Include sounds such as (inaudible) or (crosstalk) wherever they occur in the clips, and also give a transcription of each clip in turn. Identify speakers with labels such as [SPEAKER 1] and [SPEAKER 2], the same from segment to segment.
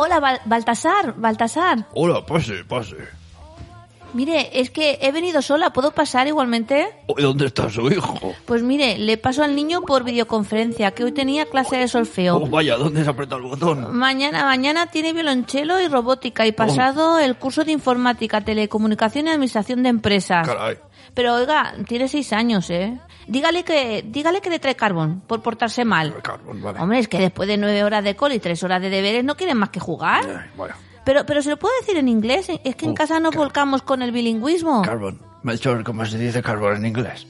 [SPEAKER 1] Hola, Bal- Baltasar, Baltasar.
[SPEAKER 2] Hola, pase, pase.
[SPEAKER 1] Mire, es que he venido sola, ¿puedo pasar igualmente?
[SPEAKER 2] Oye, ¿Dónde está su hijo?
[SPEAKER 1] Pues mire, le paso al niño por videoconferencia, que hoy tenía clase de
[SPEAKER 2] Oh,
[SPEAKER 1] solfeo.
[SPEAKER 2] vaya, ¿dónde se aprieta el botón?
[SPEAKER 1] Mañana, mañana tiene violonchelo y robótica y
[SPEAKER 2] Oh.
[SPEAKER 1] pasado el curso de informática, telecomunicación y administración de empresas.
[SPEAKER 2] Caray.
[SPEAKER 1] Pero oiga, tiene seis años, ¿eh? Dígale que, dígale que le trae carbón por portarse mal.
[SPEAKER 2] Carbón, vale.
[SPEAKER 1] Hombre, es que después de nueve horas de col y tres horas de deberes no quieren más que jugar.
[SPEAKER 2] Ay, vaya.
[SPEAKER 1] Pero, pero se lo puedo decir en inglés, es que en
[SPEAKER 2] Oh,
[SPEAKER 1] casa nos
[SPEAKER 2] car-
[SPEAKER 1] volcamos con el bilingüismo.
[SPEAKER 2] Carbón. Melchor, ¿cómo se dice carbón en inglés?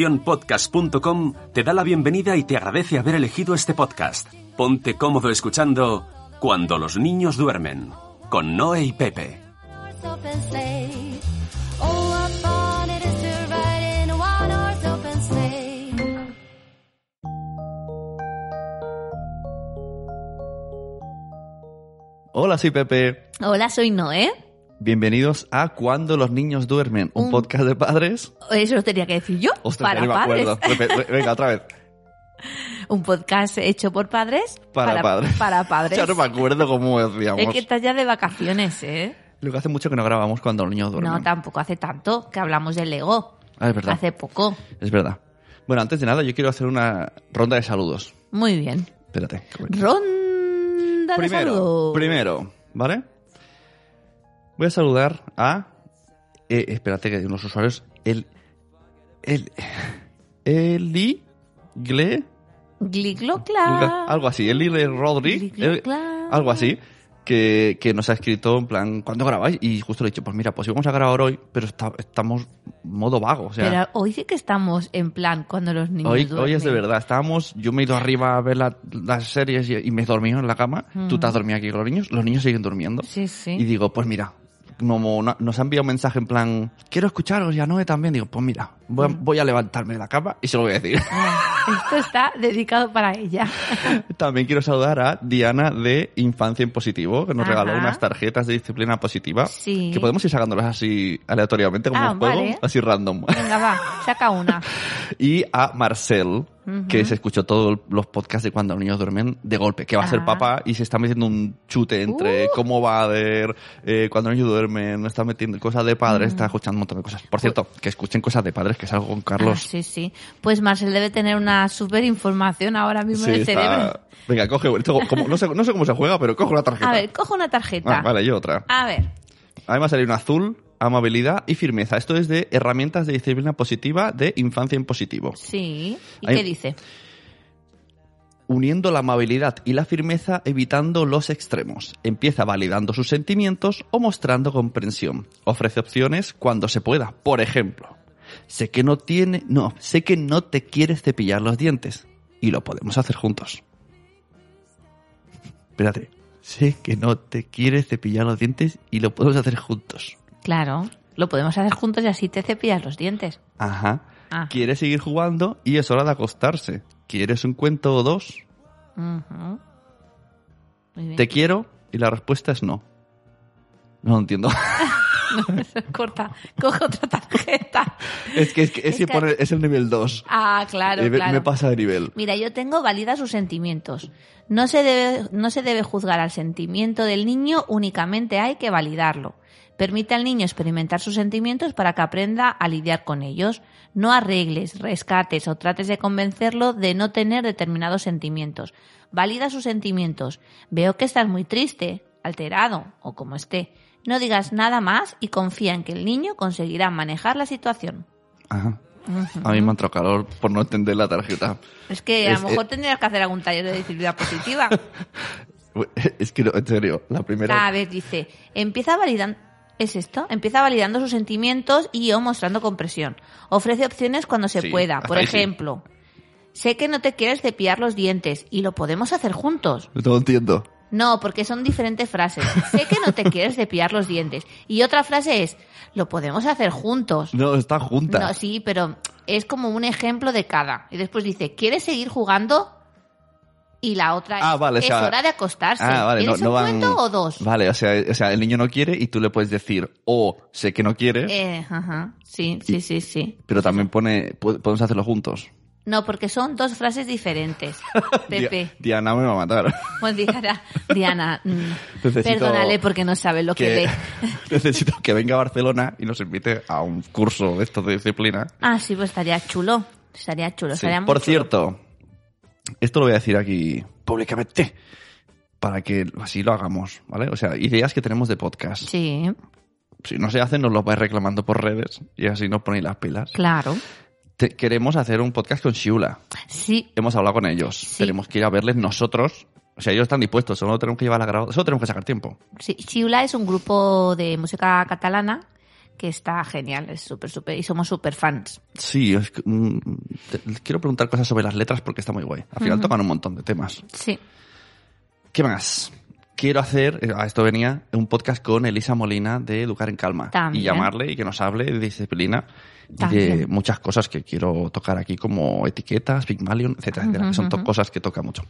[SPEAKER 3] Naciónpodcast.com te da la bienvenida y te agradece haber elegido este podcast. Ponte cómodo escuchando Cuando los niños duermen, con Noé y Pepe.
[SPEAKER 2] Hola, soy Pepe.
[SPEAKER 1] Hola, soy Noé.
[SPEAKER 2] Bienvenidos a Cuando los niños duermen, un
[SPEAKER 1] Un-
[SPEAKER 2] podcast de padres.
[SPEAKER 1] Eso lo tenía que decir yo,
[SPEAKER 2] Ostras,
[SPEAKER 1] para
[SPEAKER 2] ya ni me
[SPEAKER 1] padres.
[SPEAKER 2] acuerdo. Repe- re- Venga, otra vez.
[SPEAKER 1] Un podcast hecho por padres.
[SPEAKER 2] Para padres. (laughs)
[SPEAKER 1] Para padres.
[SPEAKER 2] Ya no me acuerdo cómo
[SPEAKER 1] es
[SPEAKER 2] decíamos.
[SPEAKER 1] que estás ya de vacaciones, ¿eh?
[SPEAKER 2] Lo que hace mucho que no grabamos cuando los niños duermen.
[SPEAKER 1] No, tampoco hace tanto que hablamos del Lego.
[SPEAKER 2] Ah, es verdad.
[SPEAKER 1] Hace poco.
[SPEAKER 2] Es verdad. Bueno, antes de nada, yo quiero hacer una ronda de saludos.
[SPEAKER 1] Muy bien.
[SPEAKER 2] Espérate.
[SPEAKER 1] Ronda de
[SPEAKER 2] primero,
[SPEAKER 1] saludos.
[SPEAKER 2] primero, ¿vale? Voy a saludar a. eh, espérate, que hay unos usuarios. El. El. Eli. Gle.
[SPEAKER 1] Gliclocla.
[SPEAKER 2] Algo así. Eli Le Rodri. eh,
[SPEAKER 1] Gliclocla.
[SPEAKER 2] Algo así. Que, que nos ha escrito en plan, ¿cuándo grabáis? Y justo le he dicho, pues mira, pues íbamos a grabar hoy, pero está- estamos modo vago. O sea,
[SPEAKER 1] Pero hoy sí que estamos en plan cuando los niños
[SPEAKER 2] Hoy,
[SPEAKER 1] duermen.
[SPEAKER 2] hoy es de verdad, estábamos, yo me he ido arriba a ver la- las series y, y me he dormido en la cama, tú
[SPEAKER 1] Mm.
[SPEAKER 2] te has dormido aquí con los niños, los niños siguen durmiendo.
[SPEAKER 1] Sí, sí.
[SPEAKER 2] Y digo, pues mira, como no- nos han enviado un mensaje en plan, quiero escucharos y a Noé también, digo, pues mira, voy,
[SPEAKER 1] Mm.
[SPEAKER 2] a- voy a levantarme de la cama y se lo voy
[SPEAKER 1] (laughs)
[SPEAKER 2] a decir.
[SPEAKER 1] Ah, Esto está dedicado para ella.
[SPEAKER 2] también quiero saludar a Diana de Infancia en Positivo, que nos
[SPEAKER 1] Ajá.
[SPEAKER 2] regaló unas tarjetas de disciplina positiva,
[SPEAKER 1] Sí.
[SPEAKER 2] que podemos ir sacándolas así aleatoriamente como
[SPEAKER 1] Ah,
[SPEAKER 2] un juego,
[SPEAKER 1] vale.
[SPEAKER 2] así random.
[SPEAKER 1] Venga, va, saca una.
[SPEAKER 2] y a Marcel,
[SPEAKER 1] Ujú.
[SPEAKER 2] que se escuchó todos los podcasts de cuando los niños duermen de golpe, que va a ser
[SPEAKER 1] Ah. Uh.
[SPEAKER 2] papá y se está metiendo un chute entre cómo va a haber, eh, cuando los niños duermen, no está metiendo cosas de padres, está escuchando un montón de cosas. Por cierto, que escuchen cosas de padres, que salgo con
[SPEAKER 1] Ah,
[SPEAKER 2] Carlos.
[SPEAKER 1] sí, sí. Pues Marcel debe tener una súper información ahora mismo en Ah, el
[SPEAKER 2] está-
[SPEAKER 1] cerebro.
[SPEAKER 2] Venga, coge, esto como- no, sé, no sé cómo se juega, pero coge una tarjeta.
[SPEAKER 1] A ver, cojo una tarjeta.
[SPEAKER 2] Ah, vale, yo otra.
[SPEAKER 1] A ver.
[SPEAKER 2] Además sale un azul, amabilidad y firmeza. Esto es de herramientas de disciplina positiva de infancia en positivo.
[SPEAKER 1] Sí. ¿Y
[SPEAKER 2] Ahí-
[SPEAKER 1] qué dice?
[SPEAKER 2] uniendo la amabilidad y la firmeza evitando los extremos. Empieza validando sus sentimientos o mostrando comprensión. Ofrece opciones cuando se pueda. Por ejemplo, sé que no tiene, no, sé que no te quieres cepillar los dientes y lo podemos hacer juntos. Espérate. Sé que no te quieres cepillar los dientes y lo podemos hacer juntos.
[SPEAKER 1] Claro. Lo podemos hacer juntos y así te cepillas los dientes.
[SPEAKER 2] Ajá.
[SPEAKER 1] Ah.
[SPEAKER 2] Quieres seguir jugando y es hora de acostarse. ¿Quieres un cuento o dos?
[SPEAKER 1] Ujú. Muy bien.
[SPEAKER 2] Te quiero y la respuesta es no. No lo entiendo.
[SPEAKER 1] (laughs)
[SPEAKER 2] (laughs)
[SPEAKER 1] Corta. Coge otra tarjeta.
[SPEAKER 2] es que es, que, es,
[SPEAKER 1] Es
[SPEAKER 2] que
[SPEAKER 1] que-
[SPEAKER 2] pone- es el nivel 2.
[SPEAKER 1] Ah, claro,
[SPEAKER 2] Eh, me-
[SPEAKER 1] claro.
[SPEAKER 2] Me pasa de nivel.
[SPEAKER 1] Mira, yo tengo valida sus sentimientos. No se, debe, no se debe juzgar al sentimiento del niño, únicamente hay que validarlo. Permite al niño experimentar sus sentimientos para que aprenda a lidiar con ellos. No arregles, rescates o trates de convencerlo de no tener determinados sentimientos. Valida sus sentimientos. Veo que estás muy triste, alterado o como esté. No digas nada más y confía en que el niño conseguirá manejar la situación.
[SPEAKER 2] Ajá. A mí me ha entrado calor por no entender la tarjeta. (laughs)
[SPEAKER 1] Es que a
[SPEAKER 2] Es-
[SPEAKER 1] lo mejor tendrías que hacer algún taller de disciplina positiva.
[SPEAKER 2] Es que, no, en serio, la primera...
[SPEAKER 1] A ver, dice, empieza validando... Es esto, empieza validando sus sentimientos y o mostrando compresión. Ofrece opciones cuando se
[SPEAKER 2] Sí,
[SPEAKER 1] pueda.
[SPEAKER 2] hasta
[SPEAKER 1] Por
[SPEAKER 2] ahí sí.
[SPEAKER 1] ejemplo, sé que no te quieres cepillar los dientes y lo podemos hacer juntos.
[SPEAKER 2] No te lo entiendo.
[SPEAKER 1] No, porque son diferentes
[SPEAKER 2] (laughs)
[SPEAKER 1] frases. Sé que no te quieres cepillar los dientes. Y otra frase es, lo podemos hacer juntos.
[SPEAKER 2] No, están juntas.
[SPEAKER 1] No, sí, pero es como un ejemplo de cada. Y después dice, ¿quieres seguir jugando? Y la otra
[SPEAKER 2] Ah,
[SPEAKER 1] es,
[SPEAKER 2] vale, o
[SPEAKER 1] es
[SPEAKER 2] sea-
[SPEAKER 1] hora de acostarse.
[SPEAKER 2] Ah, vale, no,
[SPEAKER 1] ¿Quieres
[SPEAKER 2] no
[SPEAKER 1] un
[SPEAKER 2] van.
[SPEAKER 1] cuento o dos?
[SPEAKER 2] Vale, o sea, o sea, el niño no quiere y tú le puedes decir, o sé que no quiere,
[SPEAKER 1] Eh, ajá, sí, sí, sí, sí.
[SPEAKER 2] pero también pone, po- podemos hacerlo juntos.
[SPEAKER 1] No, porque son dos frases diferentes.
[SPEAKER 2] (laughs)
[SPEAKER 1] Pepe,
[SPEAKER 2] Di- Diana me va a matar. (laughs)
[SPEAKER 1] pues dijera, Diana, mm,
[SPEAKER 2] Necesito
[SPEAKER 1] perdónale porque no sabe lo que,
[SPEAKER 2] que-
[SPEAKER 1] ve.
[SPEAKER 2] (laughs) necesito que venga a Barcelona y nos invite a un curso de esto de disciplina.
[SPEAKER 1] Ah, sí, pues estaría chulo. Estaría chulo,
[SPEAKER 2] Sí.
[SPEAKER 1] estaría muy
[SPEAKER 2] Por
[SPEAKER 1] chulo.
[SPEAKER 2] cierto, esto lo voy a decir aquí públicamente para que así lo hagamos, ¿vale? O sea, ideas que tenemos de podcast.
[SPEAKER 1] Sí,
[SPEAKER 2] Si no se hacen, nos lo vais reclamando por redes y así nos ponéis las pilas.
[SPEAKER 1] claro.
[SPEAKER 2] Te- queremos hacer un podcast con Shiula.
[SPEAKER 1] Sí,
[SPEAKER 2] Hemos hablado con ellos. Tenemos que ir a verles nosotros. O sea, ellos están dispuestos, solo tenemos que llevar la grabada. Solo tenemos que sacar tiempo.
[SPEAKER 1] sí. Xiula es un grupo de música catalana que está genial, es súper, súper, y somos súper fans.
[SPEAKER 2] Sí, es que, mm, te- quiero preguntar cosas sobre las letras porque está muy guay. Al final tocan un montón de temas.
[SPEAKER 1] Sí.
[SPEAKER 2] ¿Qué más? Quiero hacer, eh, a esto venía, un podcast con Elisa Molina de Educar en Calma.
[SPEAKER 1] También.
[SPEAKER 2] Y llamarle y que nos hable de disciplina y de
[SPEAKER 1] También.
[SPEAKER 2] muchas cosas que quiero tocar aquí, como etiquetas, Pygmalion, etcétera, etcétera, que son to- cosas que toca mucho.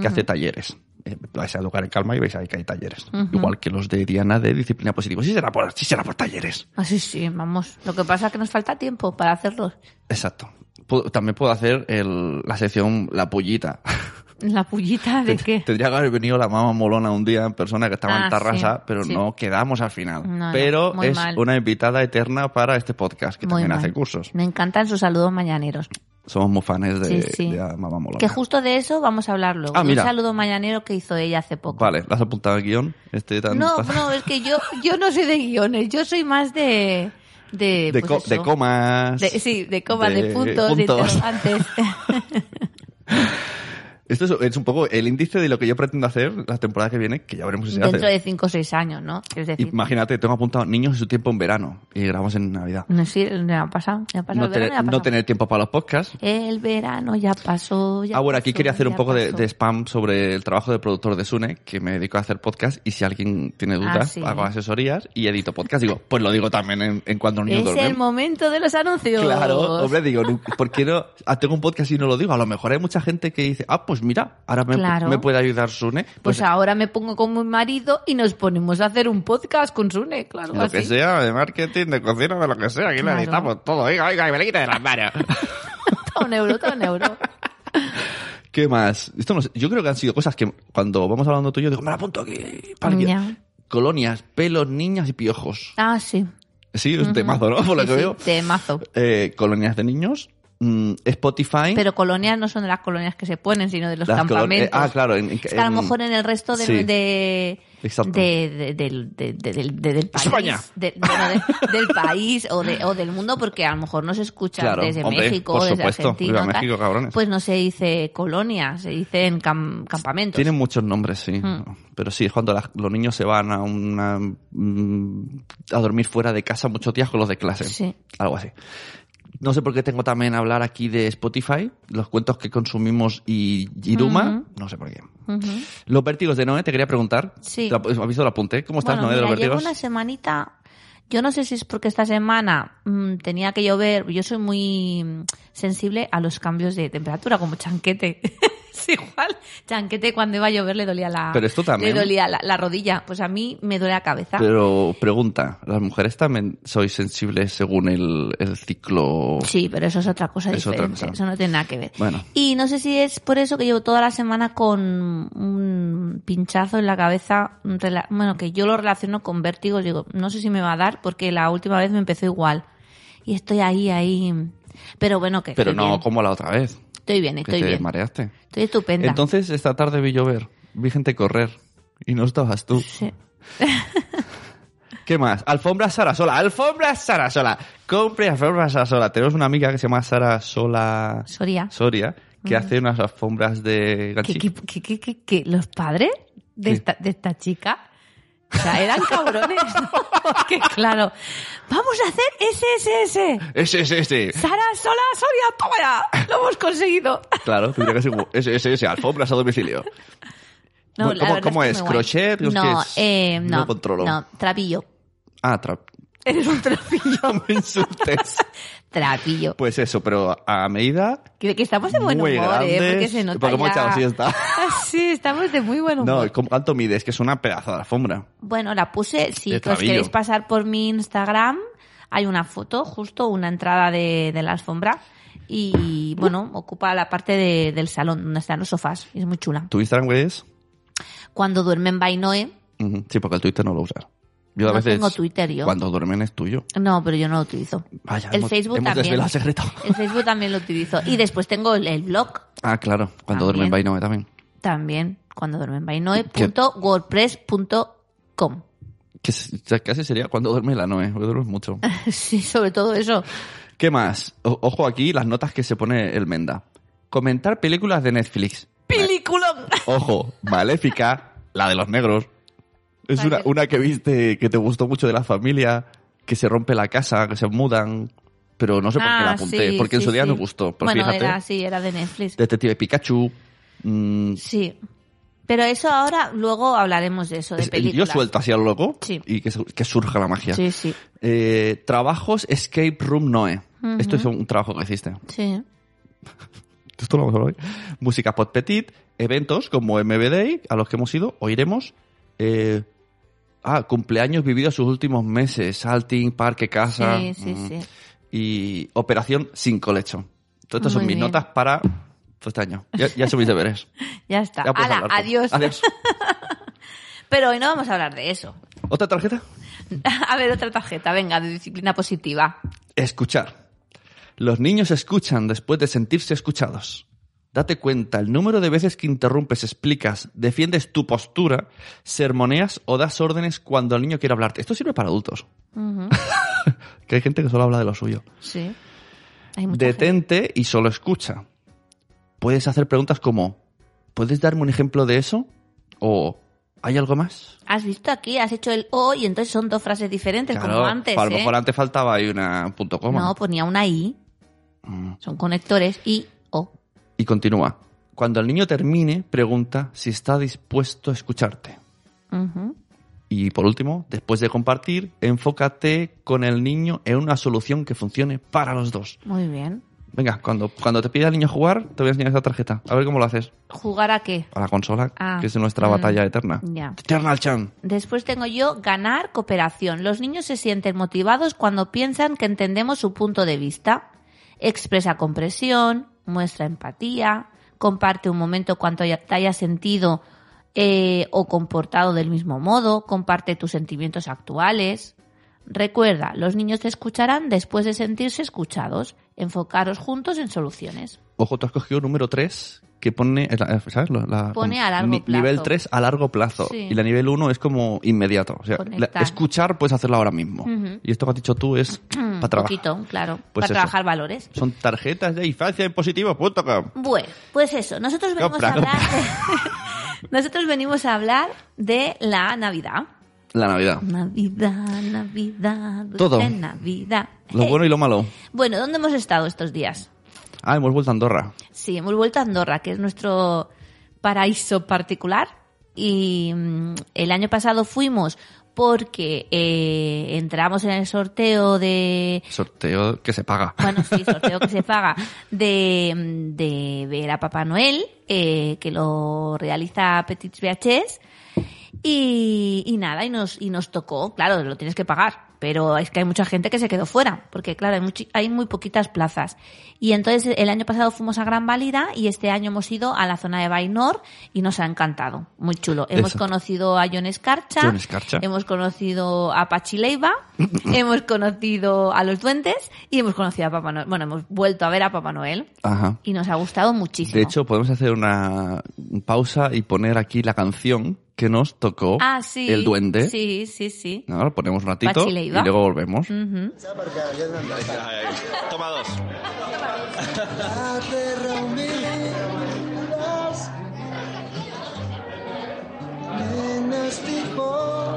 [SPEAKER 2] Que hace talleres. Eh, vais a Educar en Calma y veis ahí que hay talleres. Igual que los de Diana de Disciplina Positiva. Sí será por, sí será por talleres.
[SPEAKER 1] Así Ah, sí, vamos. Lo que pasa es que nos falta tiempo para hacerlos.
[SPEAKER 2] Exacto. Pu- También puedo hacer el- la sección La Pollita.
[SPEAKER 1] La pullita de
[SPEAKER 2] Ten-
[SPEAKER 1] qué.
[SPEAKER 2] Tendría que haber venido la mamá molona un día en persona que estaba
[SPEAKER 1] Ah,
[SPEAKER 2] en Tarrasa,
[SPEAKER 1] sí,
[SPEAKER 2] pero
[SPEAKER 1] sí.
[SPEAKER 2] no quedamos al final.
[SPEAKER 1] No, no,
[SPEAKER 2] pero
[SPEAKER 1] muy
[SPEAKER 2] es
[SPEAKER 1] mal.
[SPEAKER 2] una invitada eterna para este podcast, que
[SPEAKER 1] Muy
[SPEAKER 2] también
[SPEAKER 1] mal.
[SPEAKER 2] hace cursos.
[SPEAKER 1] Me encantan sus saludos mañaneros.
[SPEAKER 2] Somos muy fans de,
[SPEAKER 1] Sí, sí.
[SPEAKER 2] de la mamá molona.
[SPEAKER 1] Que justo de eso vamos a hablar luego.
[SPEAKER 2] Ah,
[SPEAKER 1] de
[SPEAKER 2] mira.
[SPEAKER 1] Un saludo mañanero que hizo ella hace poco.
[SPEAKER 2] Vale, ¿lo has apuntado al guión? Este tan- (laughs)
[SPEAKER 1] No, no, es que yo, yo no soy de guiones, yo soy más de... De,
[SPEAKER 2] de,
[SPEAKER 1] pues
[SPEAKER 2] co-
[SPEAKER 1] eso.
[SPEAKER 2] de comas.
[SPEAKER 1] De- sí, de comas, de,
[SPEAKER 2] de
[SPEAKER 1] puntos, de
[SPEAKER 2] puntos.
[SPEAKER 1] interrogantes.
[SPEAKER 2] (laughs) Esto es, es un poco el índice de lo que yo pretendo hacer la temporada que viene, que ya
[SPEAKER 1] (laughs)
[SPEAKER 2] veremos si se
[SPEAKER 1] Dentro
[SPEAKER 2] hace.
[SPEAKER 1] de este. 5 o 6 años, ¿no? Es decir,
[SPEAKER 2] Imagínate, tengo apuntado niños en su tiempo en verano y grabamos en Navidad.
[SPEAKER 1] no sé, me ha pasado, me ha pasado, Pues el verano
[SPEAKER 2] No, tener-
[SPEAKER 1] ya ha
[SPEAKER 2] no
[SPEAKER 1] pasado.
[SPEAKER 2] tener tiempo para los podcasts.
[SPEAKER 1] El verano ya pasó, ya
[SPEAKER 2] Ah, bueno, aquí
[SPEAKER 1] pasó,
[SPEAKER 2] quería hacer un
[SPEAKER 1] ya
[SPEAKER 2] poco de,
[SPEAKER 1] pasó.
[SPEAKER 2] de spam sobre el trabajo de productor de Sune, que me dedico a hacer podcast y si alguien tiene dudas,
[SPEAKER 1] Ah, sí.
[SPEAKER 2] hago asesorías y edito podcast. Digo, pues lo digo también en, en cuanto niños
[SPEAKER 1] Es el
[SPEAKER 2] duermen.
[SPEAKER 1] momento de los anuncios.
[SPEAKER 2] Claro, hombre, digo, nu- ¿por qué no? ah, tengo un podcast y no lo digo. A lo mejor hay mucha gente que dice, ah, pues mira, ahora me,
[SPEAKER 1] Claro.
[SPEAKER 2] me puede ayudar Sune.
[SPEAKER 1] Pues
[SPEAKER 2] Pues,
[SPEAKER 1] ahora me pongo con mi marido y nos ponemos a hacer un podcast con Sune, claro.
[SPEAKER 2] lo que
[SPEAKER 1] así.
[SPEAKER 2] sea, de marketing, de cocina, de lo que sea, aquí
[SPEAKER 1] Claro.
[SPEAKER 2] lo necesitamos todo. Oiga, oiga, y me le quita de las manos.
[SPEAKER 1] (laughs) Todo un euro, todo un euro.
[SPEAKER 2] ¿Qué más? Esto no sé, Yo creo que han sido cosas que cuando vamos hablando tú y yo, digo, me la apunto aquí. para aquí".
[SPEAKER 1] Ya.
[SPEAKER 2] Colonias, pelos, niñas y piojos.
[SPEAKER 1] Ah, sí.
[SPEAKER 2] Sí, es un temazo, ¿no? Por lo
[SPEAKER 1] Sí,
[SPEAKER 2] que
[SPEAKER 1] sí,
[SPEAKER 2] veo.
[SPEAKER 1] temazo.
[SPEAKER 2] Eh, colonias de niños, mm, Spotify.
[SPEAKER 1] Pero colonias no son de las colonias que se ponen, sino de los
[SPEAKER 2] las colo- eh,
[SPEAKER 1] campamentos.
[SPEAKER 2] ah, claro. En, en-
[SPEAKER 1] Es que a lo
[SPEAKER 2] en-
[SPEAKER 1] mejor en el resto de,
[SPEAKER 2] sí.
[SPEAKER 1] de-
[SPEAKER 2] Exacto.
[SPEAKER 1] de- de- del- de- de- del- de- del país,
[SPEAKER 2] España.
[SPEAKER 1] de- bueno, de- del país o, de- o del mundo, porque a lo mejor no se escucha
[SPEAKER 2] Claro,
[SPEAKER 1] desde
[SPEAKER 2] hombre,
[SPEAKER 1] México
[SPEAKER 2] por
[SPEAKER 1] o desde
[SPEAKER 2] supuesto.
[SPEAKER 1] Argentina,
[SPEAKER 2] Viva
[SPEAKER 1] o tal,
[SPEAKER 2] México, cabrones.
[SPEAKER 1] pues no se dice colonia, se dicen cam- campamentos.
[SPEAKER 2] Tienen muchos nombres, sí.
[SPEAKER 1] Mm.
[SPEAKER 2] Pero sí, es cuando las- los niños se van a una, mm, a dormir fuera de casa muchos días con los de clase.
[SPEAKER 1] Sí.
[SPEAKER 2] Algo así. No sé por qué tengo también a hablar aquí de Spotify, los cuentos que consumimos y Iruma. No sé por qué.
[SPEAKER 1] Ujú.
[SPEAKER 2] Los vértigos de Noé, te quería preguntar.
[SPEAKER 1] Sí.
[SPEAKER 2] ¿Te ¿Has visto el apunte? ¿Cómo estás,
[SPEAKER 1] bueno,
[SPEAKER 2] Noé, de los
[SPEAKER 1] mira, llevo
[SPEAKER 2] vértigos?
[SPEAKER 1] una semanita. Yo no sé si es porque esta semana mm, tenía que llover. Yo soy muy mm, sensible a los cambios de temperatura, como chanquete. (laughs) es igual. Chanquete cuando iba a llover le dolía la.
[SPEAKER 2] Pero esto también.
[SPEAKER 1] Le dolía la, la rodilla. Pues a mí me duele la cabeza.
[SPEAKER 2] Pero pregunta, ¿las mujeres también sois sensibles según el, el ciclo?
[SPEAKER 1] Sí, pero eso es otra cosa
[SPEAKER 2] Es otra
[SPEAKER 1] diferente.
[SPEAKER 2] cosa.
[SPEAKER 1] Eso no tiene nada que ver.
[SPEAKER 2] Bueno.
[SPEAKER 1] Y no sé si es por eso que llevo toda la semana con un pinchazo en la cabeza. un rela- Bueno, que yo lo relaciono con vértigos. Digo, no sé si me va a dar porque la última vez me empezó igual. Y estoy ahí, ahí. Pero bueno, que.
[SPEAKER 2] Pero
[SPEAKER 1] estoy
[SPEAKER 2] no
[SPEAKER 1] bien.
[SPEAKER 2] como la otra vez,
[SPEAKER 1] Estoy bien,
[SPEAKER 2] que
[SPEAKER 1] estoy
[SPEAKER 2] te
[SPEAKER 1] bien.
[SPEAKER 2] mareaste.
[SPEAKER 1] Estoy estupenda.
[SPEAKER 2] Entonces, esta tarde vi llover, vi gente correr y no estabas tú.
[SPEAKER 1] Sí.
[SPEAKER 2] ¿Qué más? Alfombra Sarasola, alfombra Sarasola. Compre alfombra Sarasola. Tenemos una amiga que se llama Sara Sola
[SPEAKER 1] Soria.
[SPEAKER 2] Soria que hace unas alfombras de
[SPEAKER 1] ¿Qué,
[SPEAKER 2] ganchillo.
[SPEAKER 1] qué, qué- qué- qué- qué? los padres de
[SPEAKER 2] ¿Qué?
[SPEAKER 1] esta, de esta chica O sea, eran cabrones. (laughs) Porque claro, vamos a hacer SSS.
[SPEAKER 2] Ese, ese,
[SPEAKER 1] (laughs)
[SPEAKER 2] ese.
[SPEAKER 1] Sara, sola, Soria, toma ya. Lo hemos conseguido.
[SPEAKER 2] Claro, tendría que ser un- ese, ese, ese, alfombras a domicilio.
[SPEAKER 1] No,
[SPEAKER 2] ¿Cómo-
[SPEAKER 1] la
[SPEAKER 2] cómo-
[SPEAKER 1] verdad
[SPEAKER 2] cómo
[SPEAKER 1] que
[SPEAKER 2] es?
[SPEAKER 1] muy guay.
[SPEAKER 2] ¿Crochet? Dios,
[SPEAKER 1] No,
[SPEAKER 2] ¿qué es?
[SPEAKER 1] eh,
[SPEAKER 2] No
[SPEAKER 1] no,
[SPEAKER 2] lo controlo.
[SPEAKER 1] No, trapillo.
[SPEAKER 2] Ah, tra-
[SPEAKER 1] Eres un trapillo.
[SPEAKER 2] (laughs) no me insultes.
[SPEAKER 1] trapillo.
[SPEAKER 2] Pues eso, pero a medida
[SPEAKER 1] Que, que estamos de buen
[SPEAKER 2] muy
[SPEAKER 1] humor,
[SPEAKER 2] grande.
[SPEAKER 1] ¿eh? Porque se nota
[SPEAKER 2] hemos
[SPEAKER 1] ya. Ah,
[SPEAKER 2] echado siesta.
[SPEAKER 1] Sí, estamos de muy buen humor.
[SPEAKER 2] No, ¿cómo- ¿cuánto mides? Que es una pedazo de alfombra.
[SPEAKER 1] Bueno, la puse, si
[SPEAKER 2] De
[SPEAKER 1] os
[SPEAKER 2] Travillo.
[SPEAKER 1] queréis pasar por mi Instagram, hay una foto, justo una entrada de, de la alfombra. Y bueno, ocupa la parte de- del salón donde están los sofás. Es muy chula.
[SPEAKER 2] ¿Tu Instagram es?
[SPEAKER 1] Cuando duermen Bainoe,
[SPEAKER 2] Ujú, Sí, porque el Twitter no lo usas. Yo a
[SPEAKER 1] no
[SPEAKER 2] veces.
[SPEAKER 1] tengo Twitter yo.
[SPEAKER 2] Cuando duermen es tuyo.
[SPEAKER 1] No, pero yo no lo utilizo.
[SPEAKER 2] Vaya,
[SPEAKER 1] el
[SPEAKER 2] hemos-
[SPEAKER 1] Facebook
[SPEAKER 2] hemos
[SPEAKER 1] también.
[SPEAKER 2] desvelado el secreto.
[SPEAKER 1] El Facebook también lo utilizo. Y después tengo el, el blog
[SPEAKER 2] Ah, claro. Cuando duermen
[SPEAKER 1] También.
[SPEAKER 2] Bainoe también.
[SPEAKER 1] también, cuando duermen bainoe.wordpress.com.
[SPEAKER 2] Que es- o sea, casi sería cuando duerme la Noe. Porque duermes
[SPEAKER 1] (laughs)
[SPEAKER 2] mucho.
[SPEAKER 1] (laughs) Sí, sobre todo eso.
[SPEAKER 2] ¿Qué más? O- ojo aquí las notas que se pone el Menda. Comentar películas de Netflix.
[SPEAKER 1] ¡Peliculón!
[SPEAKER 2] Ojo,
[SPEAKER 1] (laughs)
[SPEAKER 2] Maléfica, la de los negros. Es una,
[SPEAKER 1] Maléfica.
[SPEAKER 2] una que viste que te gustó mucho de la familia, que se rompe la casa, que se mudan, pero no sé por qué la
[SPEAKER 1] Ah,
[SPEAKER 2] apunté,
[SPEAKER 1] sí,
[SPEAKER 2] porque en
[SPEAKER 1] sí,
[SPEAKER 2] su día
[SPEAKER 1] sí.
[SPEAKER 2] no gustó. Pero
[SPEAKER 1] bueno,
[SPEAKER 2] fíjate,
[SPEAKER 1] era sí, era de Netflix.
[SPEAKER 2] Detective Pikachu. mm,
[SPEAKER 1] Sí. Pero eso ahora, luego hablaremos de eso, de
[SPEAKER 2] es- yo
[SPEAKER 1] películas.
[SPEAKER 2] suelto así a lo loco
[SPEAKER 1] Sí.
[SPEAKER 2] y que, su- que surja la magia.
[SPEAKER 1] Sí, sí.
[SPEAKER 2] Eh, trabajos Escape Room Noe.
[SPEAKER 1] Ujú.
[SPEAKER 2] Esto es un trabajo que hiciste.
[SPEAKER 1] Sí.
[SPEAKER 2] Esto lo vamos a hablar hoy. Música Pod Petit, eventos como MBD, a los que hemos ido, o iremos. eh, ah, cumpleaños vividos sus últimos meses, salting, parque, casa.
[SPEAKER 1] Sí, sí,
[SPEAKER 2] mm,
[SPEAKER 1] sí.
[SPEAKER 2] Y operación sin colecho. Entonces, estas son
[SPEAKER 1] Muy
[SPEAKER 2] mis
[SPEAKER 1] bien.
[SPEAKER 2] notas para este año. Ya, ya son
[SPEAKER 1] (laughs)
[SPEAKER 2] mis deberes.
[SPEAKER 1] Ya está.
[SPEAKER 2] Ya puedes
[SPEAKER 1] Hala,
[SPEAKER 2] hablar tú.
[SPEAKER 1] adiós. (laughs)
[SPEAKER 2] Adiós.
[SPEAKER 1] Pero hoy no vamos a hablar de eso. (laughs)
[SPEAKER 2] ¿Otra tarjeta?
[SPEAKER 1] A ver, otra tarjeta, venga, de disciplina positiva.
[SPEAKER 2] Escuchar. Los niños escuchan después de sentirse escuchados. Date cuenta el número de veces que interrumpes, explicas, defiendes tu postura, sermoneas o das órdenes cuando el niño quiere hablarte. Esto sirve para adultos,
[SPEAKER 1] Ujú,
[SPEAKER 2] que hay gente que solo habla de lo suyo.
[SPEAKER 1] Sí. Hay mucha gente.
[SPEAKER 2] Detente y solo escucha. Puedes hacer preguntas como, ¿puedes darme un ejemplo de eso? ¿O hay algo más?
[SPEAKER 1] Has visto aquí, has hecho el O y entonces son dos frases diferentes, como antes.
[SPEAKER 2] a lo
[SPEAKER 1] ¿eh?
[SPEAKER 2] mejor antes faltaba ahí una punto coma.
[SPEAKER 1] No, ponía una I,
[SPEAKER 2] Mm.
[SPEAKER 1] son conectores I, O.
[SPEAKER 2] Y continúa. Cuando el niño termine, pregunta si está dispuesto a escucharte.
[SPEAKER 1] Ujú.
[SPEAKER 2] Y por último, después de compartir, enfócate con el niño en una solución que funcione para los dos.
[SPEAKER 1] Muy bien.
[SPEAKER 2] Venga, cuando, cuando te pida el niño jugar, te voy a enseñar esta tarjeta. A ver cómo lo haces.
[SPEAKER 1] ¿Jugar a qué?
[SPEAKER 2] A la consola,
[SPEAKER 1] Ah,
[SPEAKER 2] que es nuestra
[SPEAKER 1] mm,
[SPEAKER 2] batalla eterna.
[SPEAKER 1] Ya.
[SPEAKER 2] Eternal Chan.
[SPEAKER 1] Después tengo yo ganar cooperación. Los niños se sienten motivados cuando piensan que entendemos su punto de vista. Expresa compresión, muestra empatía, comparte un momento cuando haya- te hayas sentido eh, o comportado del mismo modo, comparte tus sentimientos actuales. Recuerda, los niños te escucharán después de sentirse escuchados. Enfocaros juntos en soluciones. (clears throat)
[SPEAKER 2] Ojo, tú has cogido número 3 que pone, es la- eh, ¿sabes? La- la-
[SPEAKER 1] Pone a largo plazo.
[SPEAKER 2] Nivel 3 a largo plazo.
[SPEAKER 1] Sí.
[SPEAKER 2] Y la nivel 1 es como inmediato. O sea,
[SPEAKER 1] Conectar.
[SPEAKER 2] la- escuchar puedes hacerlo ahora mismo.
[SPEAKER 1] Ujú.
[SPEAKER 2] Y esto que has dicho
[SPEAKER 1] (clears throat)
[SPEAKER 2] tú es
[SPEAKER 1] Un
[SPEAKER 2] para trabajar.
[SPEAKER 1] poquito, claro,
[SPEAKER 2] Pues
[SPEAKER 1] para
[SPEAKER 2] eso.
[SPEAKER 1] trabajar valores.
[SPEAKER 2] Son tarjetas de infancia en positivo.com.
[SPEAKER 1] Bueno, pues eso, nosotros venimos
[SPEAKER 2] Compra,
[SPEAKER 1] a hablar (laughs) Nosotros venimos a hablar de la Navidad.
[SPEAKER 2] La Navidad.
[SPEAKER 1] Navidad, Navidad, dulce
[SPEAKER 2] Todo.
[SPEAKER 1] Navidad.
[SPEAKER 2] Lo
[SPEAKER 1] Eh,
[SPEAKER 2] bueno y lo malo.
[SPEAKER 1] bueno, ¿dónde hemos estado estos días?
[SPEAKER 2] Ah, hemos vuelto a Andorra.
[SPEAKER 1] Sí, hemos vuelto a Andorra, que es nuestro paraíso particular. Y mm, el año pasado fuimos porque eh, entramos en el sorteo de
[SPEAKER 2] Sorteo que se paga.
[SPEAKER 1] Bueno, sí, sorteo que se paga de, de ver a Papá Noel, eh, que lo realiza Petit VHS. Y, y nada, y nos, y nos tocó, claro, lo tienes que pagar, pero es que hay mucha gente que se quedó fuera, porque claro, hay, muchi- hay muy poquitas plazas. Y entonces el año pasado fuimos a Gran Valida y este año hemos ido a la zona de Bainor y nos ha encantado, muy chulo. Hemos
[SPEAKER 2] Exacto.
[SPEAKER 1] conocido a John Escarcha,
[SPEAKER 2] John Escarcha.
[SPEAKER 1] hemos conocido a Pachileiva,
[SPEAKER 2] (coughs)
[SPEAKER 1] hemos conocido a los duendes y hemos conocido a Papá Noel. Bueno, hemos vuelto a ver a Papá Noel
[SPEAKER 2] Ajá.
[SPEAKER 1] y nos ha gustado muchísimo.
[SPEAKER 2] De hecho, podemos hacer una pausa y poner aquí la canción que nos tocó
[SPEAKER 1] ah, sí,
[SPEAKER 2] el duende.
[SPEAKER 1] Sí, sí, sí.
[SPEAKER 2] Ahora lo ponemos un ratito
[SPEAKER 1] Pachi
[SPEAKER 2] y
[SPEAKER 1] Leiva.
[SPEAKER 2] luego volvemos.
[SPEAKER 1] Ujú.
[SPEAKER 2] Toma dos.
[SPEAKER 4] reunidas. Nenas dijo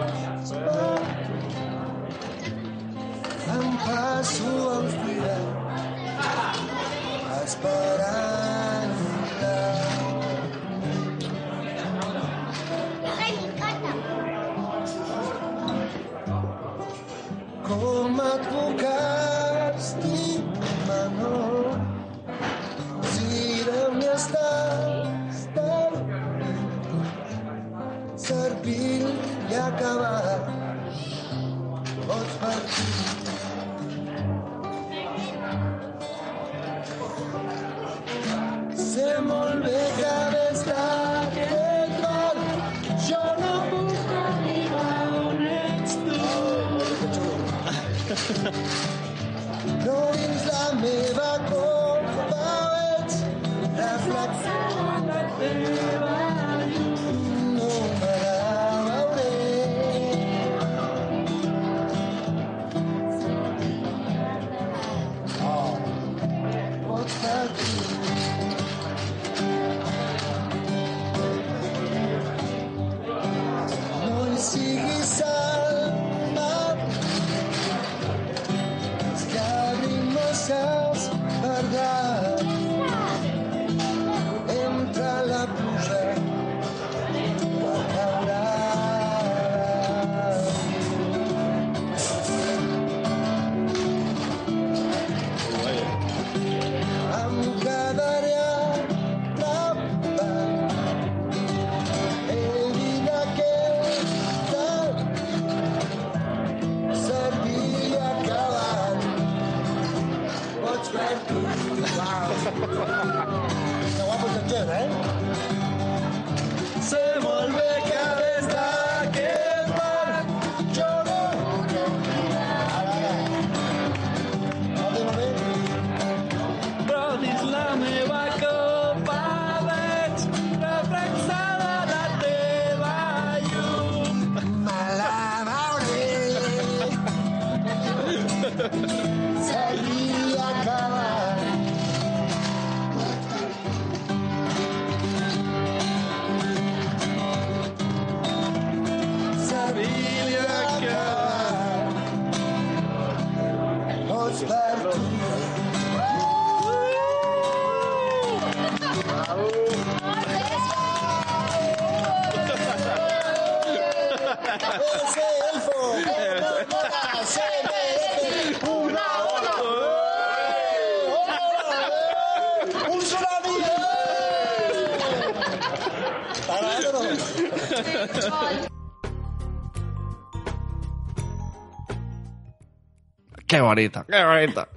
[SPEAKER 5] Qué bonita, qué bonita.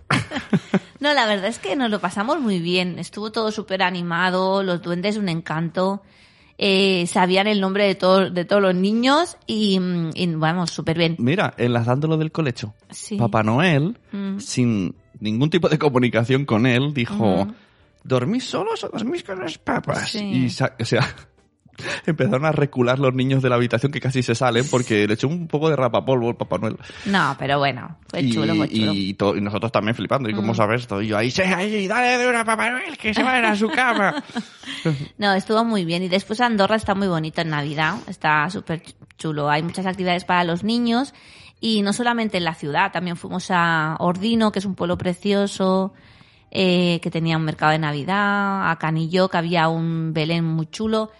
[SPEAKER 1] No, la verdad es que nos lo pasamos muy bien. Estuvo todo súper animado, los duendes un encanto. Eh, sabían el nombre de, todo, de todos los niños y, mm, y vamos, súper bien.
[SPEAKER 2] Mm,
[SPEAKER 5] Mira, enlazándolo del colecho.
[SPEAKER 1] Sí.
[SPEAKER 5] Papá Noel,
[SPEAKER 1] Mm.
[SPEAKER 5] sin ningún tipo de comunicación con él, dijo,
[SPEAKER 1] Ujú.
[SPEAKER 5] ¿dormís solos o dormís con los papas?
[SPEAKER 1] Sí.
[SPEAKER 5] Y, sa- o sea, (laughs) empezaron a recular los niños de la habitación que casi se salen porque le echó un poco de rapapolvo el Papá Noel.
[SPEAKER 1] No, pero bueno, fue
[SPEAKER 5] y,
[SPEAKER 1] chulo, fue chulo.
[SPEAKER 5] y to- y nosotros también flipando. ¿Y cómo
[SPEAKER 1] Mm.
[SPEAKER 5] sabes esto? Y yo, ahí, se- ahí, dale de una a Papá Noel que se vayan a
[SPEAKER 1] (laughs)
[SPEAKER 5] su cama.
[SPEAKER 1] No, estuvo muy bien. Y después Andorra está muy bonito en Navidad. Está súper chulo. Hay muchas actividades para los niños. Y no solamente en la ciudad, también fuimos a Ordino, que es un pueblo precioso, eh, que tenía un mercado de Navidad, a Canillo, que había un Belén muy chulo.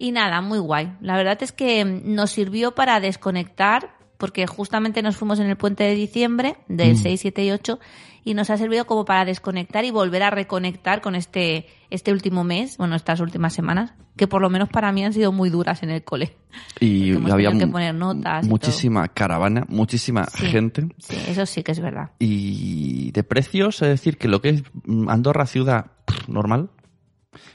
[SPEAKER 1] Y nada, muy guay. La verdad es que mm, nos sirvió para desconectar, porque justamente nos fuimos en el puente de diciembre, del
[SPEAKER 5] Mm.
[SPEAKER 1] 6, 7 y 8, y nos ha servido como para desconectar y volver a reconectar con este, este último mes, bueno, estas últimas semanas, que por lo menos para mí han sido muy duras en el cole.
[SPEAKER 5] Y
[SPEAKER 1] Porque hemos
[SPEAKER 5] había
[SPEAKER 1] tenido que
[SPEAKER 5] mu-
[SPEAKER 1] poner notas y
[SPEAKER 5] muchísima caravana, muchísima
[SPEAKER 1] Sí.
[SPEAKER 5] Ah, gente.
[SPEAKER 1] Sí, eso sí que es verdad.
[SPEAKER 5] Y de precios, es decir, que lo que es mm, Andorra ciudad pff, normal.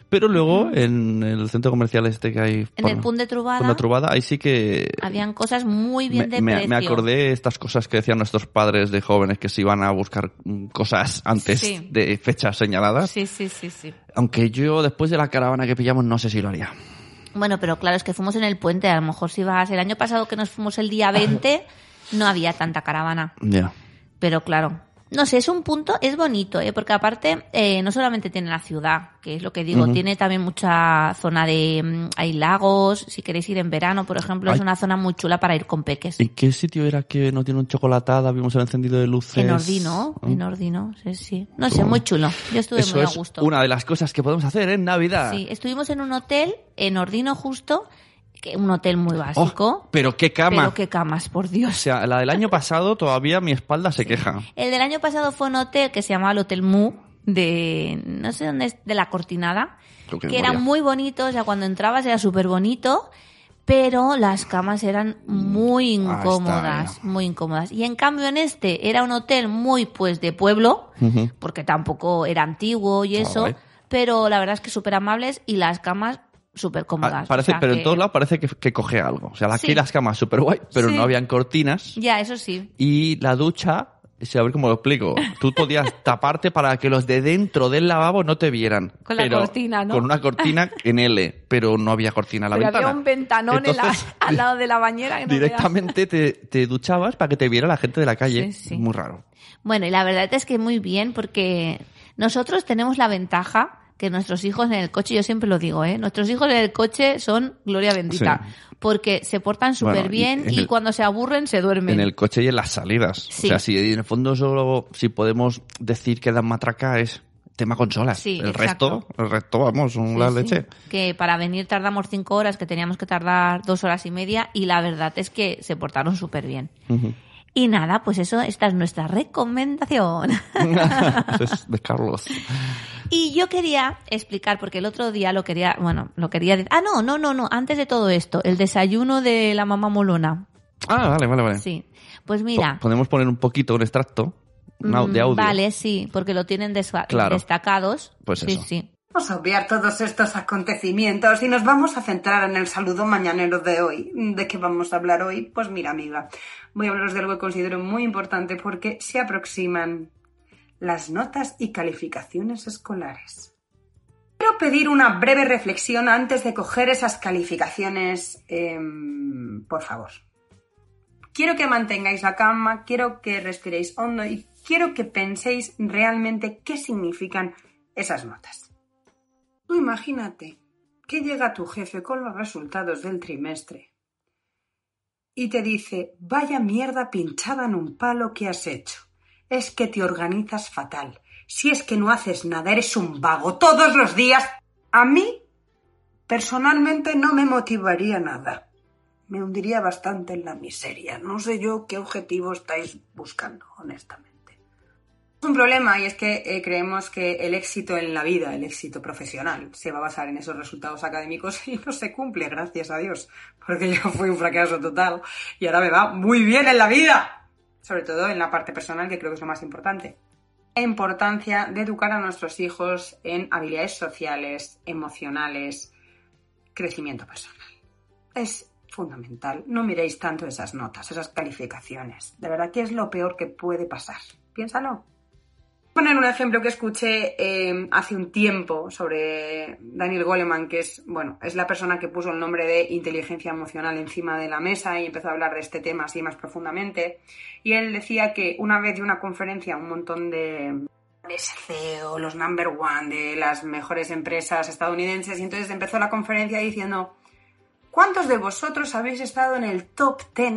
[SPEAKER 5] Pero luego en el centro comercial este que hay
[SPEAKER 1] En
[SPEAKER 5] por-
[SPEAKER 1] el Punt de Trubada
[SPEAKER 5] por la Trubada, ahí sí que
[SPEAKER 1] habían cosas muy
[SPEAKER 5] me,
[SPEAKER 1] bien de
[SPEAKER 5] me-
[SPEAKER 1] precio.
[SPEAKER 5] me acordé de estas cosas que decían nuestros padres de jóvenes que se iban a buscar mm, cosas antes
[SPEAKER 1] Sí.
[SPEAKER 5] de fechas señaladas.
[SPEAKER 1] Sí, sí, sí, sí.
[SPEAKER 5] Aunque yo después de la caravana que pillamos no sé si lo haría.
[SPEAKER 1] Bueno, pero claro, es que fuimos en el puente. A lo mejor si vas el año pasado que nos fuimos el día 20, no había tanta caravana.
[SPEAKER 5] Ya.
[SPEAKER 1] Pero claro, No sé, es un punto, es bonito, ¿eh? porque aparte eh, no solamente tiene la ciudad, que es lo que digo,
[SPEAKER 2] Ujú.
[SPEAKER 1] tiene también mucha zona de... mm, Hay lagos, si queréis ir en verano, por ejemplo, es
[SPEAKER 2] Ay.
[SPEAKER 1] una zona muy chula para ir con peques.
[SPEAKER 2] ¿En qué sitio era que no tiene un chocolatada? Vimos el encendido de luces.
[SPEAKER 1] En Ordino,
[SPEAKER 2] Ah.
[SPEAKER 1] en Ordino, sí, sí. No sé, muy chulo. Yo estuve
[SPEAKER 2] Eso
[SPEAKER 1] muy a
[SPEAKER 2] es
[SPEAKER 1] gusto.
[SPEAKER 2] una de las cosas que podemos hacer en Navidad.
[SPEAKER 1] Sí, estuvimos en un hotel, en Ordino justo, que un hotel muy
[SPEAKER 2] Oh,
[SPEAKER 1] básico,
[SPEAKER 2] pero qué cama.
[SPEAKER 1] pero qué camas, por
[SPEAKER 2] O
[SPEAKER 1] Dios.
[SPEAKER 2] sea, la del año pasado todavía mi espalda se queja.
[SPEAKER 1] El del año pasado fue un hotel que se llamaba el Hotel Mu, de, no sé dónde es, de la Cortinada,
[SPEAKER 2] Creo que
[SPEAKER 1] que,
[SPEAKER 2] me
[SPEAKER 1] era
[SPEAKER 2] moría.
[SPEAKER 1] muy bonito, o sea, cuando entrabas era súper bonito, pero las camas eran muy
[SPEAKER 2] Ah, está
[SPEAKER 1] incómodas,
[SPEAKER 2] bien.
[SPEAKER 1] muy incómodas. Y en cambio en este era un hotel muy, pues, de pueblo,
[SPEAKER 2] Ujú. Ah,
[SPEAKER 1] porque tampoco era antiguo y eso,
[SPEAKER 2] Vale.
[SPEAKER 1] pero la verdad es que súper amables y las camas súper cómodas.
[SPEAKER 2] Ah, parece,
[SPEAKER 1] o sea
[SPEAKER 2] pero
[SPEAKER 1] que-
[SPEAKER 2] en todos lados parece que, que coge algo. O sea, aquí
[SPEAKER 1] Sí.
[SPEAKER 2] las camas súper guay, pero
[SPEAKER 1] Sí.
[SPEAKER 2] no habían cortinas.
[SPEAKER 1] Ya, eso sí.
[SPEAKER 2] Y la ducha, sí, a ver cómo lo explico. Tú
[SPEAKER 1] (laughs)
[SPEAKER 2] podías taparte para que los de dentro del lavabo no te vieran.
[SPEAKER 1] Con la
[SPEAKER 2] Pero
[SPEAKER 1] cortina, ¿no?
[SPEAKER 2] Con una
[SPEAKER 1] (laughs)
[SPEAKER 2] cortina en L, pero no había cortina en la
[SPEAKER 1] Pero
[SPEAKER 2] ventana.
[SPEAKER 1] había un ventanón en la- (laughs)
[SPEAKER 2] Entonces,
[SPEAKER 1] al lado de la bañera. que no veas.
[SPEAKER 2] Directamente te, te duchabas para que te viera la gente de la calle.
[SPEAKER 1] Sí, sí.
[SPEAKER 2] Muy raro.
[SPEAKER 1] Bueno, y la verdad es que muy bien, porque nosotros tenemos la ventaja que nuestros hijos en el coche, yo siempre lo digo, ¿eh? nuestros hijos en el coche son gloria bendita, porque se portan súper
[SPEAKER 2] Bueno, y
[SPEAKER 1] bien
[SPEAKER 2] en
[SPEAKER 1] y,
[SPEAKER 2] el-
[SPEAKER 1] cuando se aburren se duermen.
[SPEAKER 2] En el coche y en las salidas.
[SPEAKER 1] Sí.
[SPEAKER 2] O sea, si en el fondo solo si podemos decir que dan matraca es tema consolas.
[SPEAKER 1] Sí,
[SPEAKER 2] el
[SPEAKER 1] exacto.
[SPEAKER 2] resto, el resto, vamos,
[SPEAKER 1] Sí,
[SPEAKER 2] una
[SPEAKER 1] sí. (laughs)
[SPEAKER 2] leche.
[SPEAKER 1] Que para venir tardamos cinco horas, que teníamos que tardar dos horas y media, y la verdad es que se portaron súper bien.
[SPEAKER 2] Ujú.
[SPEAKER 1] Y nada, pues eso, esta es nuestra recomendación. (laughs)
[SPEAKER 2] Eso es de Carlos.
[SPEAKER 1] Y yo quería explicar, porque el otro día lo quería, bueno, lo quería decir. Ah, no, no, no, no, antes de todo esto, el desayuno de la mamá molona.
[SPEAKER 2] Ah, vale, vale, vale.
[SPEAKER 1] Sí. Pues
[SPEAKER 2] Po-
[SPEAKER 1] mira.
[SPEAKER 2] Podemos poner un poquito, un extracto un au- de
[SPEAKER 1] mm,
[SPEAKER 2] audio.
[SPEAKER 1] Vale, sí, porque lo tienen desva-
[SPEAKER 2] Claro.
[SPEAKER 1] destacados.
[SPEAKER 2] Pues
[SPEAKER 1] sí,
[SPEAKER 2] eso.
[SPEAKER 1] sí.
[SPEAKER 4] Vamos a obviar todos estos acontecimientos y nos vamos a centrar en el saludo mañanero de hoy. ¿De qué vamos a hablar hoy? Pues mira, amiga, voy a hablaros de algo que considero muy importante porque se aproximan las notas y calificaciones escolares. Quiero pedir una breve reflexión antes de coger esas calificaciones, em, por favor. Quiero que mantengáis la calma, quiero que respiréis hondo y quiero que penséis realmente qué significan esas notas. Tú imagínate que llega tu jefe con los resultados del trimestre y te dice, vaya mierda pinchada en un palo que has hecho. Es que te organizas fatal. Si es que no haces nada, eres un vago todos los días. A mí, personalmente, no me motivaría nada. Me hundiría bastante en la miseria. No sé yo qué objetivo estáis buscando, honestamente. Es un problema y es que eh, creemos que el éxito en la vida, el éxito profesional, se va a basar en esos resultados académicos (laughs) y no se cumple, gracias a Dios, porque yo fui un fracaso total y ahora me va muy bien en la vida, sobre todo en la parte personal, que creo que es lo más importante. La importancia de educar a nuestros hijos en habilidades sociales, emocionales, crecimiento personal. Es fundamental. No miréis tanto esas notas, esas calificaciones. De verdad que es lo peor que puede pasar. Piénsalo poner un ejemplo que escuché eh, hace un tiempo sobre Daniel Goleman, que es, bueno, es la persona que puso el nombre de inteligencia emocional encima de la mesa y empezó a hablar de este tema así más profundamente. Y él decía que una vez de una conferencia, un montón de es el CEO, los number one de las mejores empresas estadounidenses, y entonces empezó la conferencia diciendo, ¿cuántos de vosotros habéis estado en el top 10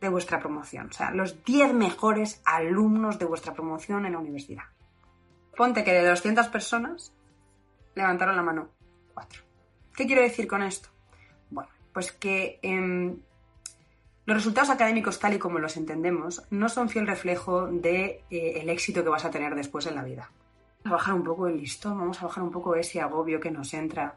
[SPEAKER 4] de vuestra promoción? O sea, los 10 mejores alumnos de vuestra promoción en la universidad. Ponte que de 200 personas levantaron la mano 4. ¿Qué quiero decir con esto? Bueno, pues que em, los resultados académicos tal y como los entendemos no son fiel reflejo del de, eh, el éxito que vas a tener después en la vida. Vamos a bajar un poco el listón, vamos a bajar un poco ese agobio que nos entra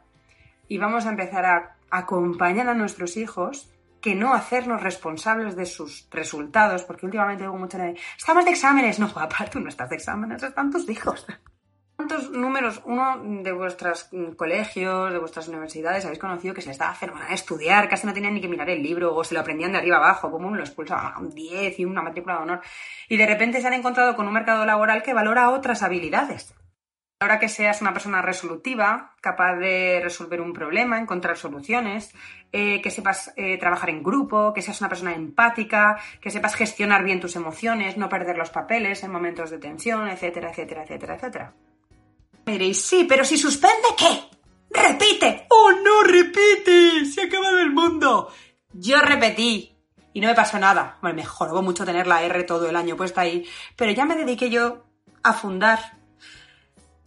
[SPEAKER 4] y vamos a empezar a acompañar a nuestros hijos que no hacernos responsables de sus resultados, porque últimamente digo mucho de, estamos de exámenes, no, (laughs) papá, tú no estás de exámenes, están tus hijos. ¿Cuántos números, uno de vuestros mm, colegios, de vuestras universidades, habéis conocido que se les daba fenomenal estudiar, casi no tenían ni que mirar el libro, o se lo aprendían de arriba abajo, como uno lo expulsaba a un 10 y una matrícula de honor, y de repente se han encontrado con un mercado laboral que valora otras habilidades? Ahora que seas una persona resolutiva, capaz de resolver un problema, encontrar soluciones, eh, que sepas eh, trabajar en grupo, que seas una persona empática, que sepas gestionar bien tus emociones, no perder los papeles en momentos de tensión, etcétera, etcétera, etcétera, etcétera. Me diréis, sí, pero si suspende, ¿qué? ¡Repite!
[SPEAKER 6] ¡Oh, no, repite! ¡Se ha acabado el mundo!
[SPEAKER 4] Yo repetí y no me pasó nada. Bueno, me jorobó mucho tener la R todo el año puesta ahí, pero ya me dediqué yo a fundar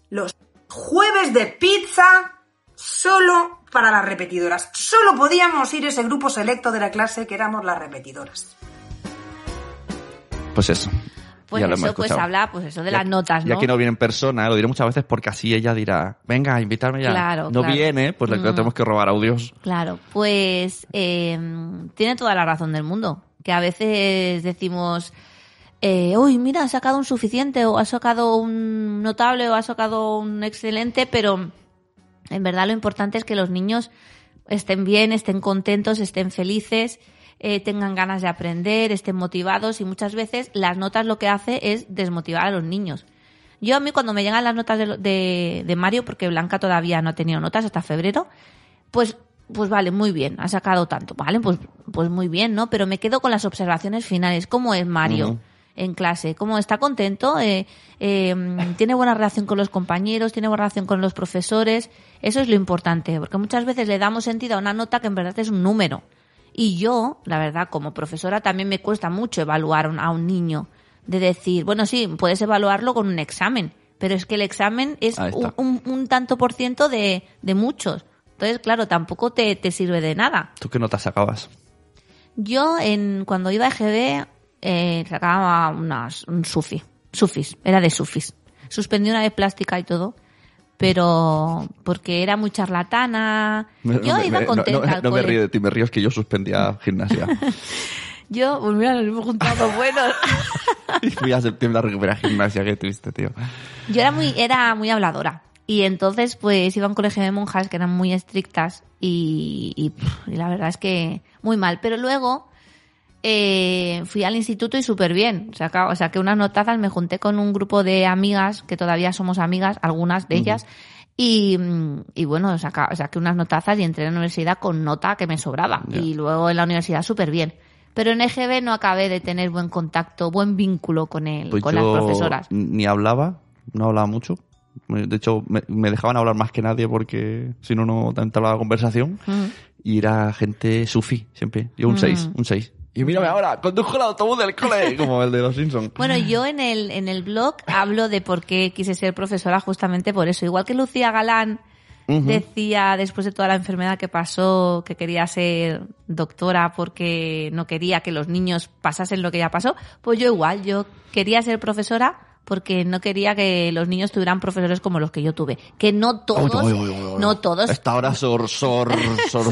[SPEAKER 4] los jueves de pizza solo para las repetidoras. Solo podíamos ir ese grupo selecto de la clase que éramos las repetidoras.
[SPEAKER 2] Pues eso.
[SPEAKER 1] Pues
[SPEAKER 2] ya lo hemos
[SPEAKER 1] eso, pues
[SPEAKER 2] escuchado.
[SPEAKER 1] habla, pues eso de
[SPEAKER 2] Ya-
[SPEAKER 1] las notas, ¿no?
[SPEAKER 2] Ya que no viene en persona, ¿eh? lo diré muchas veces porque así ella dirá, venga, invitarme ya.
[SPEAKER 1] Claro,
[SPEAKER 2] no
[SPEAKER 1] claro.
[SPEAKER 2] viene, pues le
[SPEAKER 1] Mm.
[SPEAKER 2] tenemos que robar audios.
[SPEAKER 1] Claro, pues eh, tiene toda la razón del mundo. Que a veces decimos, eh, uy, mira, ha sacado un suficiente, o ha sacado un notable, o ha sacado un excelente, pero en verdad lo importante es que los niños estén bien, estén contentos, estén felices, eh, tengan ganas de aprender, estén motivados y muchas veces las notas lo que hace es desmotivar a los niños. Yo a mí cuando me llegan las notas de, lo- de- de Mario, porque Blanca todavía no ha tenido notas hasta febrero, pues, pues vale, muy bien, ha sacado tanto, vale, pues, pues muy bien, ¿no? Pero me quedo con las observaciones finales. ¿Cómo es Mario?
[SPEAKER 2] Ujú.
[SPEAKER 1] en clase, cómo está contento, Eh, eh, tiene buena relación con los compañeros, tiene buena relación con los profesores, eso es lo importante, porque muchas veces le damos sentido a una nota que en verdad es un número. Y yo, la verdad, como profesora también me cuesta mucho evaluar a un- a un niño, de decir, bueno, sí, puedes evaluarlo con un examen, pero es que el examen es
[SPEAKER 2] Ahí
[SPEAKER 1] un,
[SPEAKER 2] está.
[SPEAKER 1] un- un tanto por ciento de, de muchos. Entonces, claro, tampoco te- te sirve de nada.
[SPEAKER 2] ¿Tú qué notas sacabas?
[SPEAKER 1] Yo, en, cuando iba a EGB, eh, sacaba unas, un sufi. Sufis, era de sufis. Suspendí una de plástica y todo, pero porque era muy charlatana. Yo
[SPEAKER 2] me-
[SPEAKER 1] iba
[SPEAKER 2] me- no-
[SPEAKER 1] contenta.
[SPEAKER 2] No, no
[SPEAKER 1] al
[SPEAKER 2] me
[SPEAKER 1] cole.
[SPEAKER 2] río de ti, me río es que yo suspendía
[SPEAKER 1] (laughs)
[SPEAKER 2] gimnasia.
[SPEAKER 1] Yo, pues mira, nos hemos (laughs) juntado buenos.
[SPEAKER 2] y (laughs) fui a septiembre a recuperar gimnasia, qué triste, tío.
[SPEAKER 1] Yo era muy, era muy habladora. Y entonces, pues, iba a un colegio de monjas que eran muy estrictas y, y, pff, y la verdad es que muy mal. Pero luego eh, fui al instituto y súper bien. Saca- saqué unas notazas, me junté con un grupo de amigas, que todavía somos amigas, algunas de ellas, y, mm, y bueno, saca- saqué unas notazas y entré a la universidad con nota que me sobraba.
[SPEAKER 2] Ya.
[SPEAKER 1] Y luego en la universidad súper bien. Pero en EGB no acabé de tener buen contacto, buen vínculo con él,
[SPEAKER 2] Pues
[SPEAKER 1] con
[SPEAKER 2] yo
[SPEAKER 1] las profesoras.
[SPEAKER 2] Ni hablaba, no hablaba mucho. De hecho, me, me dejaban hablar más que nadie porque si no, no te entraba la conversación.
[SPEAKER 1] Mm.
[SPEAKER 2] Y era gente sufi, siempre. Yo un
[SPEAKER 1] Mm.
[SPEAKER 2] 6, un 6. Y mírame ahora, condujo el autobús del cole, (laughs) como el de los Simpsons.
[SPEAKER 1] Bueno, yo en el, en el blog hablo de por qué quise ser profesora justamente por eso. Igual que Lucía Galán
[SPEAKER 2] Ujú.
[SPEAKER 1] decía después de toda la enfermedad que pasó que quería ser doctora porque no quería que los niños pasasen lo que ya pasó, pues yo igual, yo quería ser profesora porque no quería que los niños tuvieran profesores como los que yo tuve. Que no todos,
[SPEAKER 2] Uy, uy, uy, uy, uy.
[SPEAKER 1] no todos
[SPEAKER 2] Esta hora Sor, Sor, Sor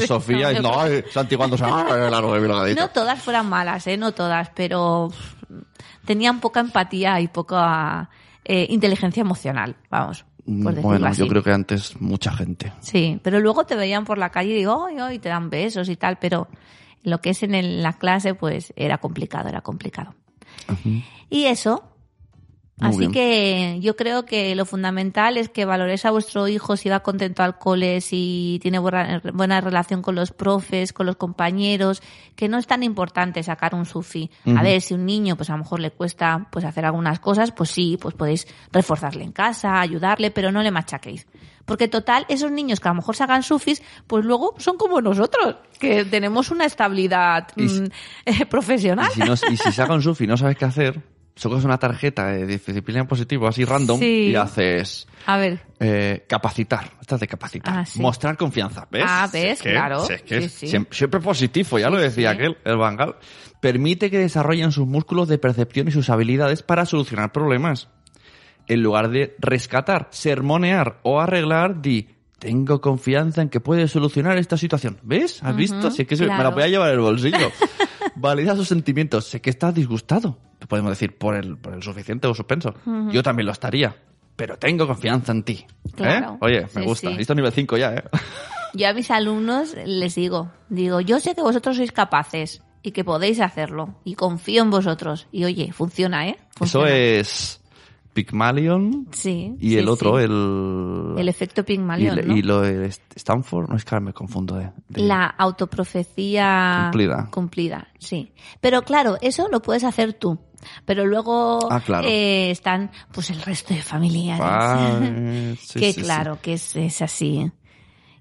[SPEAKER 1] (laughs) Sí,
[SPEAKER 2] Sofía. y
[SPEAKER 1] no,
[SPEAKER 2] no,
[SPEAKER 1] no.
[SPEAKER 2] eh, Santi, cuando se. (laughs) Ah, la nueve, la
[SPEAKER 1] No todas fueran malas, ¿eh? No todas, pero pff, tenían poca empatía y poca eh, inteligencia emocional, vamos, por decirlo
[SPEAKER 2] Bueno,
[SPEAKER 1] así.
[SPEAKER 2] yo creo que antes mucha gente.
[SPEAKER 1] Sí, pero luego te veían por la calle y digo, "Ay, ay", y te dan besos y tal, pero lo que es en el- la clase, pues era complicado, era complicado. Y eso.
[SPEAKER 2] Muy
[SPEAKER 1] Así
[SPEAKER 2] bien.
[SPEAKER 1] que yo creo que lo fundamental es que valoréis a vuestro hijo si va contento al cole, si tiene buena, buena relación con los profes, con los compañeros, que no es tan importante sacar un sufi. A
[SPEAKER 2] Ujú.
[SPEAKER 1] ver, si un niño pues a lo mejor le cuesta pues hacer algunas cosas, pues sí, pues podéis reforzarle en casa, ayudarle, pero no le machaquéis. Porque total, esos niños que a lo mejor sacan sufis, pues luego son como nosotros, que tenemos una estabilidad
[SPEAKER 2] Y si-
[SPEAKER 1] mm, (laughs) eh, profesional.
[SPEAKER 2] Y si, no, y si saca un surf y no sabes qué hacer, sacas una tarjeta de disciplina positiva así random
[SPEAKER 1] Sí.
[SPEAKER 2] y haces
[SPEAKER 1] A ver.
[SPEAKER 2] eh, capacitar. Estás de capacitar.
[SPEAKER 1] Ah, sí.
[SPEAKER 2] Mostrar confianza. ¿Ves?
[SPEAKER 1] Ah,
[SPEAKER 2] Si es
[SPEAKER 1] ¿ves?
[SPEAKER 2] que-
[SPEAKER 1] Claro.
[SPEAKER 2] si es que
[SPEAKER 1] Sí,
[SPEAKER 2] es
[SPEAKER 1] sí.
[SPEAKER 2] siem- Siempre positivo, ya lo decía
[SPEAKER 1] sí.
[SPEAKER 2] aquel, el Bangal. Permite que desarrollen sus músculos de percepción y sus habilidades para solucionar problemas. En lugar de rescatar, sermonear o arreglar, di. Tengo confianza en que puedes solucionar esta situación. ¿Ves? ¿Has visto? Si es que se- me la
[SPEAKER 1] claro.
[SPEAKER 2] voy a llevar en el
[SPEAKER 1] (laughs)
[SPEAKER 2] bolsillo. Valida sus sentimientos. Sé que estás disgustado. Podemos decir por el, por el suficiente o suspenso. Yo también lo estaría. Pero tengo confianza en ti. ¿eh?
[SPEAKER 1] Claro.
[SPEAKER 2] Oye, me
[SPEAKER 1] Sí,
[SPEAKER 2] gusta.
[SPEAKER 1] sí.
[SPEAKER 2] Listo nivel 5 ya, ¿eh?
[SPEAKER 1] Yo a mis alumnos les digo, digo, yo sé que vosotros sois capaces y que podéis hacerlo y confío en vosotros. Y oye, funciona, ¿eh?
[SPEAKER 2] Eso
[SPEAKER 1] Funciona.
[SPEAKER 2] es Pygmalion
[SPEAKER 1] Sí.
[SPEAKER 2] y
[SPEAKER 1] sí,
[SPEAKER 2] el otro,
[SPEAKER 1] sí.
[SPEAKER 2] el...
[SPEAKER 1] El efecto
[SPEAKER 2] y,
[SPEAKER 1] Pigmalión,
[SPEAKER 2] le-
[SPEAKER 1] ¿no?
[SPEAKER 2] y lo de Stanford, no es que ahora me confundo de... de-
[SPEAKER 1] La autoprofecía
[SPEAKER 2] Cumplida.
[SPEAKER 1] cumplida, sí. Pero claro, eso lo puedes hacer tú. Pero luego
[SPEAKER 2] Ah, claro.
[SPEAKER 1] eh, están pues el resto de familiares. (laughs)
[SPEAKER 2] Ah, eh, sí,
[SPEAKER 1] que
[SPEAKER 2] sí, sí.
[SPEAKER 1] claro, que es, es así.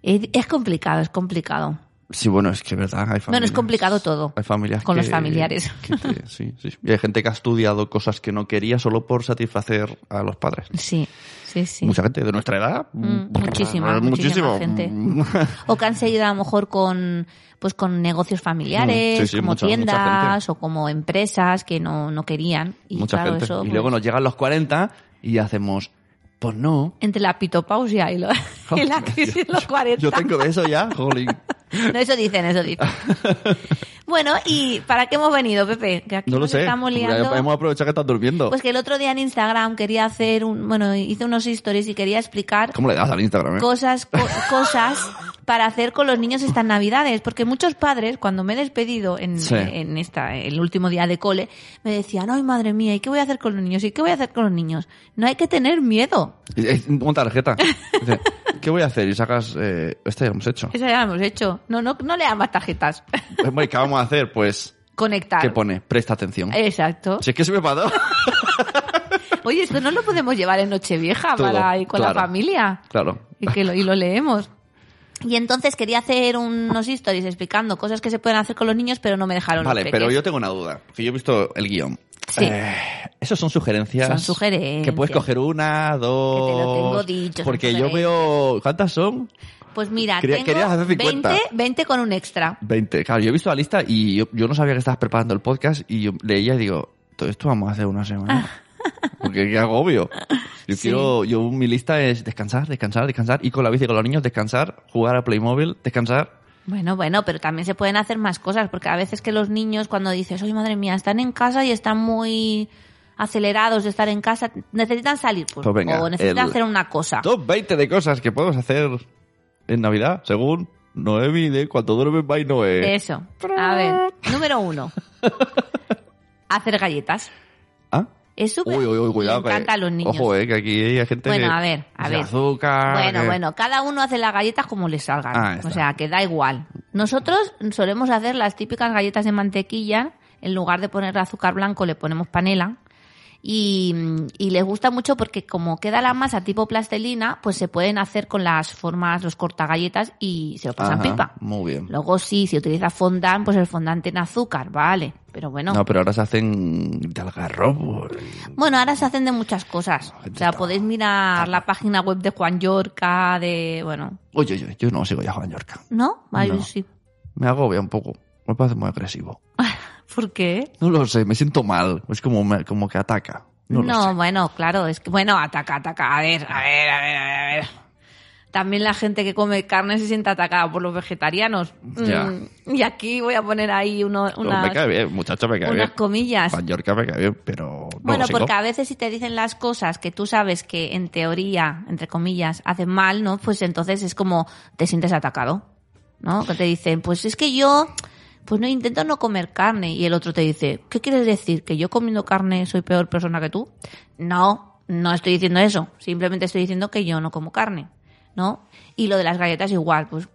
[SPEAKER 1] Es, es complicado, es complicado.
[SPEAKER 2] Sí, bueno, es que verdad, hay familias.
[SPEAKER 1] Bueno, es complicado todo.
[SPEAKER 2] Hay familias
[SPEAKER 1] Con
[SPEAKER 2] que-
[SPEAKER 1] los familiares. (laughs)
[SPEAKER 2] que te- sí, sí. Y hay gente que ha estudiado cosas que no quería solo por satisfacer a los padres.
[SPEAKER 1] Sí, sí, sí.
[SPEAKER 2] Mucha gente de nuestra edad.
[SPEAKER 1] Mm, muchísima, muchísima gente.
[SPEAKER 2] (laughs)
[SPEAKER 1] O que han seguido a lo mejor con pues con negocios familiares,
[SPEAKER 2] Mm, Sí, sí,
[SPEAKER 1] como
[SPEAKER 2] mucha- mucha
[SPEAKER 1] tiendas
[SPEAKER 2] gente.
[SPEAKER 1] o como empresas que no, no querían. Y
[SPEAKER 2] Mucha
[SPEAKER 1] claro,
[SPEAKER 2] gente.
[SPEAKER 1] eso.
[SPEAKER 2] y
[SPEAKER 1] pues,
[SPEAKER 2] luego nos llegan los 40 y hacemos, pues no.
[SPEAKER 1] Entre la pitopausia
[SPEAKER 2] (laughs)
[SPEAKER 1] y, lo- (laughs) y la crisis de los 40.
[SPEAKER 2] Yo tengo de eso ya,
[SPEAKER 1] (laughs)
[SPEAKER 2] jolín.
[SPEAKER 1] No, eso dicen, eso
[SPEAKER 2] (laughs)
[SPEAKER 1] dicen. bueno, ¿y para qué hemos venido, Pepe? Que aquí
[SPEAKER 2] No lo
[SPEAKER 1] nos
[SPEAKER 2] sé.
[SPEAKER 1] estamos liando.
[SPEAKER 2] Hemos aprovechado que estás durmiendo.
[SPEAKER 1] Pues que el otro día en Instagram quería hacer un, bueno, hice unos stories y quería explicar
[SPEAKER 2] ¿Cómo le das al Instagram? eh?
[SPEAKER 1] cosas,
[SPEAKER 2] (laughs)
[SPEAKER 1] co- cosas para hacer con los niños estas navidades. Porque muchos padres, cuando me he despedido en,
[SPEAKER 2] Sí.
[SPEAKER 1] en esta, el último día de cole, me decían, ay madre mía, ¿y qué voy a hacer con los niños? ¿Y qué voy a hacer con los niños? No hay que tener miedo.
[SPEAKER 2] Eh, eh,
[SPEAKER 1] (laughs)
[SPEAKER 2] Una tarjeta. Dice, ¿Qué voy a hacer? Y sacas, eh, este ya lo hemos hecho.
[SPEAKER 1] Eso ya lo hemos hecho. No, no, no lean más tarjetas. (laughs)
[SPEAKER 2] Hombre, ¿Qué vamos a hacer? Pues,
[SPEAKER 1] Conectar.
[SPEAKER 2] ¿qué pone? Presta atención.
[SPEAKER 1] Eh, Exacto.
[SPEAKER 2] Si es que se
[SPEAKER 1] (laughs)
[SPEAKER 2] me paró.
[SPEAKER 1] Oye, esto no lo podemos llevar en Nochevieja
[SPEAKER 2] Todo,
[SPEAKER 1] para ir con la
[SPEAKER 2] claro.
[SPEAKER 1] familia.
[SPEAKER 2] Claro.
[SPEAKER 1] y que lo, y lo leemos. Y entonces quería hacer unos stories explicando cosas que se pueden hacer con los niños, pero no me dejaron. los
[SPEAKER 2] Vale, pero
[SPEAKER 1] peques.
[SPEAKER 2] yo tengo una duda, porque yo he visto el guión.
[SPEAKER 1] Sí.
[SPEAKER 2] Eh, esos son sugerencias.
[SPEAKER 1] Son sugerencias.
[SPEAKER 2] Que puedes coger una, dos.
[SPEAKER 1] Que te lo tengo dicho, son
[SPEAKER 2] Porque yo
[SPEAKER 1] sugerencias.
[SPEAKER 2] veo. ¿Cuántas son?
[SPEAKER 1] Pues mira,
[SPEAKER 2] Quería-
[SPEAKER 1] tengo
[SPEAKER 2] querías hacer 50.
[SPEAKER 1] 20, 20 con un extra.
[SPEAKER 2] 20. Claro, yo he visto la lista y yo, yo no sabía que estabas preparando el podcast y yo leía y digo, todo esto vamos a hacer una
[SPEAKER 1] (laughs)
[SPEAKER 2] semana. Porque qué agobio. Yo
[SPEAKER 1] Sí.
[SPEAKER 2] quiero, yo mi lista es descansar, descansar, descansar, ir con la bici con los niños, descansar, jugar a Playmobil, descansar.
[SPEAKER 1] Bueno, bueno, pero también se pueden hacer más cosas, porque a veces que los niños cuando dices, oye, madre mía, están en casa y están muy acelerados de estar en casa, necesitan salir, pues,
[SPEAKER 2] Pues venga,
[SPEAKER 1] o necesitan
[SPEAKER 2] el-
[SPEAKER 1] hacer una cosa.
[SPEAKER 2] Top 20 de cosas que podemos hacer en Navidad, según Noemi de cuando duermes va y Noé.
[SPEAKER 1] Eso. A ver, número
[SPEAKER 2] (laughs)
[SPEAKER 1] uno. hacer galletas.
[SPEAKER 2] ¿Ah?
[SPEAKER 1] Es súper...
[SPEAKER 2] Uy, uy, uy,
[SPEAKER 1] le
[SPEAKER 2] cuidado. que-
[SPEAKER 1] encanta a los niños.
[SPEAKER 2] Ojo, eh, que aquí hay gente
[SPEAKER 1] Bueno,
[SPEAKER 2] que-
[SPEAKER 1] a ver, a
[SPEAKER 2] que
[SPEAKER 1] ver.
[SPEAKER 2] azúcar.
[SPEAKER 1] Bueno,
[SPEAKER 2] que-
[SPEAKER 1] bueno, cada uno hace las galletas como le salgan.
[SPEAKER 2] Eh, Ah, está.
[SPEAKER 1] o sea, que da igual. Nosotros solemos hacer las típicas galletas de mantequilla. En lugar de poner azúcar blanco, le ponemos panela. Y, y les gusta mucho porque como queda la masa tipo plastilina, pues se pueden hacer con las formas, los cortagalletas y se lo pasan
[SPEAKER 2] Ajá,
[SPEAKER 1] pipa.
[SPEAKER 2] Muy bien.
[SPEAKER 1] Luego sí, si utiliza fondant, pues el fondant tiene azúcar, vale. Pero bueno.
[SPEAKER 2] No. pero ahora se hacen de algarrobo.
[SPEAKER 1] Bueno, ahora se hacen de muchas cosas. O
[SPEAKER 2] gente
[SPEAKER 1] sea,
[SPEAKER 2] está-
[SPEAKER 1] podéis mirar la página web de Juan Yorca, de... bueno...
[SPEAKER 2] Oye, oye, yo no sigo ya a Juan Yorca.
[SPEAKER 1] ¿No? Ay,
[SPEAKER 2] No.
[SPEAKER 1] sí.
[SPEAKER 2] Me agobia un poco. Me parece muy agresivo.
[SPEAKER 1] ¿Por qué?
[SPEAKER 2] No lo sé, me siento mal. Es como, me- como que ataca. No,
[SPEAKER 1] No,
[SPEAKER 2] lo sé.
[SPEAKER 1] bueno, claro, es que, bueno, ataca, ataca, a ver, a ver, a ver, a ver, a ver. También la gente que come carne se siente atacada por los vegetarianos. Mm,
[SPEAKER 2] Ya.
[SPEAKER 1] y aquí voy a poner ahí uno,
[SPEAKER 2] No,
[SPEAKER 1] unas,
[SPEAKER 2] Me cae bien, muchacho, me cae
[SPEAKER 1] unas
[SPEAKER 2] bien.
[SPEAKER 1] comillas.
[SPEAKER 2] Juan Yorca me cae bien, pero no
[SPEAKER 1] Bueno,
[SPEAKER 2] lo sigo.
[SPEAKER 1] porque a veces si te dicen las cosas que tú sabes que en teoría, entre comillas, hacen mal, ¿no? Pues entonces es como te sientes atacado, ¿no? Que te dicen, pues es que yo, pues no intento no comer carne. Y el otro te dice, ¿qué quieres decir? ¿Que yo comiendo carne soy peor persona que tú? No, no estoy diciendo eso. Simplemente estoy diciendo que yo no como carne, ¿no? Y lo de las galletas igual, pues...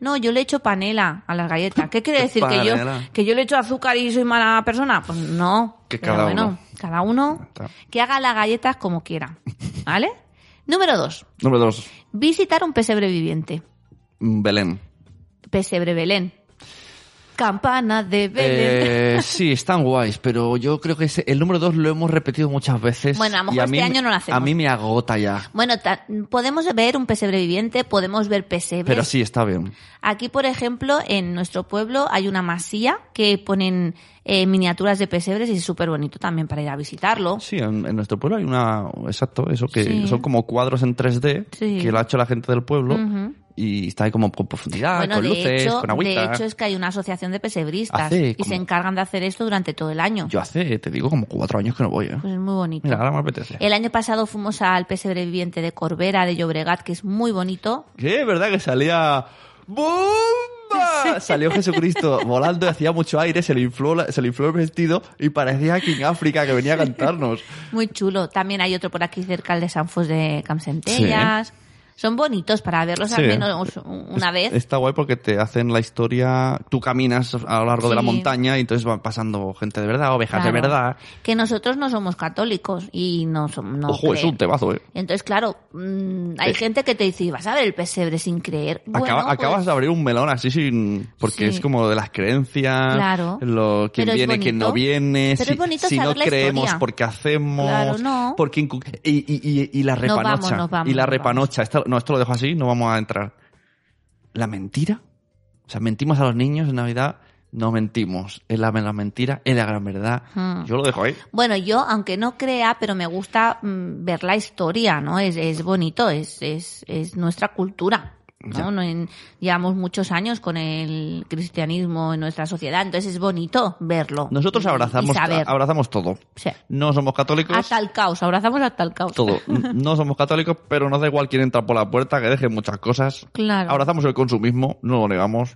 [SPEAKER 1] No, yo le echo panela a las galletas. ¿Qué
[SPEAKER 2] (laughs)
[SPEAKER 1] quiere decir que yo,
[SPEAKER 2] Panela.
[SPEAKER 1] que yo le echo azúcar y soy mala persona? Pues no.
[SPEAKER 2] Que
[SPEAKER 1] Pero
[SPEAKER 2] cada
[SPEAKER 1] bueno,
[SPEAKER 2] uno.
[SPEAKER 1] cada uno
[SPEAKER 2] Ya está.
[SPEAKER 1] que haga las galletas como quiera. ¿Vale? (laughs) Número dos.
[SPEAKER 2] Número dos, mm,
[SPEAKER 1] Visitar un pesebre viviente.
[SPEAKER 2] Belén.
[SPEAKER 1] Pesebre Belén. Campana de Belén.
[SPEAKER 2] Eh, sí, están guays, pero yo creo que ese- el número dos lo hemos repetido muchas veces.
[SPEAKER 1] Bueno, a lo
[SPEAKER 2] y
[SPEAKER 1] mejor este
[SPEAKER 2] me-
[SPEAKER 1] año no lo hacemos.
[SPEAKER 2] A mí me agota ya.
[SPEAKER 1] (laughs) Bueno, ta- podemos ver un pesebre viviente, podemos ver pesebres.
[SPEAKER 2] Pero sí, está bien.
[SPEAKER 1] Aquí, por ejemplo, en nuestro pueblo hay una masía que ponen eh, miniaturas de pesebres y es súper bonito también para ir a visitarlo.
[SPEAKER 2] Sí, en, en nuestro pueblo hay una. Exacto, eso, que
[SPEAKER 1] Sí.
[SPEAKER 2] son como cuadros en 3D
[SPEAKER 1] Sí.
[SPEAKER 2] que lo ha hecho la gente del pueblo
[SPEAKER 1] Ujú.
[SPEAKER 2] y está ahí como con profundidad, Ah, con luces,
[SPEAKER 1] hecho,
[SPEAKER 2] con agüita.
[SPEAKER 1] de hecho es que hay una asociación de pesebristas
[SPEAKER 2] Hace
[SPEAKER 1] y se
[SPEAKER 2] como-
[SPEAKER 1] encargan de hacer esto durante todo el año.
[SPEAKER 2] Yo hace, te digo, como cuatro años que no voy, ¿eh?
[SPEAKER 1] Pues Eh. es muy bonito.
[SPEAKER 2] Mira, ahora me apetece.
[SPEAKER 1] El año pasado fuimos al pesebre viviente de Corbera, de Llobregat, que es muy bonito.
[SPEAKER 2] ¿Qué? ¿Verdad que salía. ¡Bomba! ¡Ah! Salió
[SPEAKER 1] (laughs)
[SPEAKER 2] Jesucristo volando, hacía mucho aire, se le infló, la- se le infló el vestido y parecía King África que venía a cantarnos.
[SPEAKER 1] Muy chulo. También hay otro por aquí cerca, el de San Fos de Camcentellas. Son bonitos para verlos
[SPEAKER 2] Sí.
[SPEAKER 1] al menos (laughs) una
[SPEAKER 2] Es-
[SPEAKER 1] vez.
[SPEAKER 2] Está guay porque te hacen la historia, tú caminas a lo largo de la
[SPEAKER 1] Sí.
[SPEAKER 2] montaña y entonces van pasando gente de verdad, ovejas de
[SPEAKER 1] Claro.
[SPEAKER 2] verdad.
[SPEAKER 1] Que nosotros no somos católicos y no somos... No
[SPEAKER 2] Ojo, es
[SPEAKER 1] creen.
[SPEAKER 2] un temazo, eh.
[SPEAKER 1] Entonces, claro, mm, hay
[SPEAKER 2] Eh.
[SPEAKER 1] gente que te dice, "¿Y vas a ver el pesebre sin creer. Bueno,
[SPEAKER 2] Acaba-
[SPEAKER 1] pues,
[SPEAKER 2] acabas de abrir un melón así sin porque
[SPEAKER 1] Sí.
[SPEAKER 2] es como de las creencias
[SPEAKER 1] Claro.
[SPEAKER 2] lo quién
[SPEAKER 1] Pero es
[SPEAKER 2] viene quién no
[SPEAKER 1] bonito.
[SPEAKER 2] viene
[SPEAKER 1] Pero
[SPEAKER 2] si,
[SPEAKER 1] es bonito
[SPEAKER 2] si no
[SPEAKER 1] saber la
[SPEAKER 2] creemos
[SPEAKER 1] historia.
[SPEAKER 2] porque hacemos
[SPEAKER 1] Claro, no.
[SPEAKER 2] por quién cu- y, y, y, y la
[SPEAKER 1] Nos vamos,
[SPEAKER 2] repanocha
[SPEAKER 1] nos vamos,
[SPEAKER 2] y la
[SPEAKER 1] nos
[SPEAKER 2] repanocha Esto- no esto lo dejo así no vamos a entrar la mentira o sea mentimos a los niños en navidad no mentimos es la, la mentira es la gran verdad
[SPEAKER 1] Hmm.
[SPEAKER 2] yo lo dejo ahí
[SPEAKER 1] Bueno, yo, aunque no crea, pero me gusta mm, ver la historia, ¿no? Es, es bonito, es, es, es nuestra cultura.
[SPEAKER 2] Ya.
[SPEAKER 1] ¿no? No en- llevamos muchos años con el cristianismo en nuestra sociedad, entonces es bonito verlo.
[SPEAKER 2] nosotros
[SPEAKER 1] y- y
[SPEAKER 2] abrazamos
[SPEAKER 1] saber.
[SPEAKER 2] abrazamos todo
[SPEAKER 1] Sí.
[SPEAKER 2] no somos católicos
[SPEAKER 1] Hasta el caos, abrazamos hasta el caos. (laughs)
[SPEAKER 2] todo. No somos católicos, pero nos da igual quién entra por la puerta, que dejen muchas cosas.
[SPEAKER 1] Claro.
[SPEAKER 2] Abrazamos el consumismo, no lo negamos.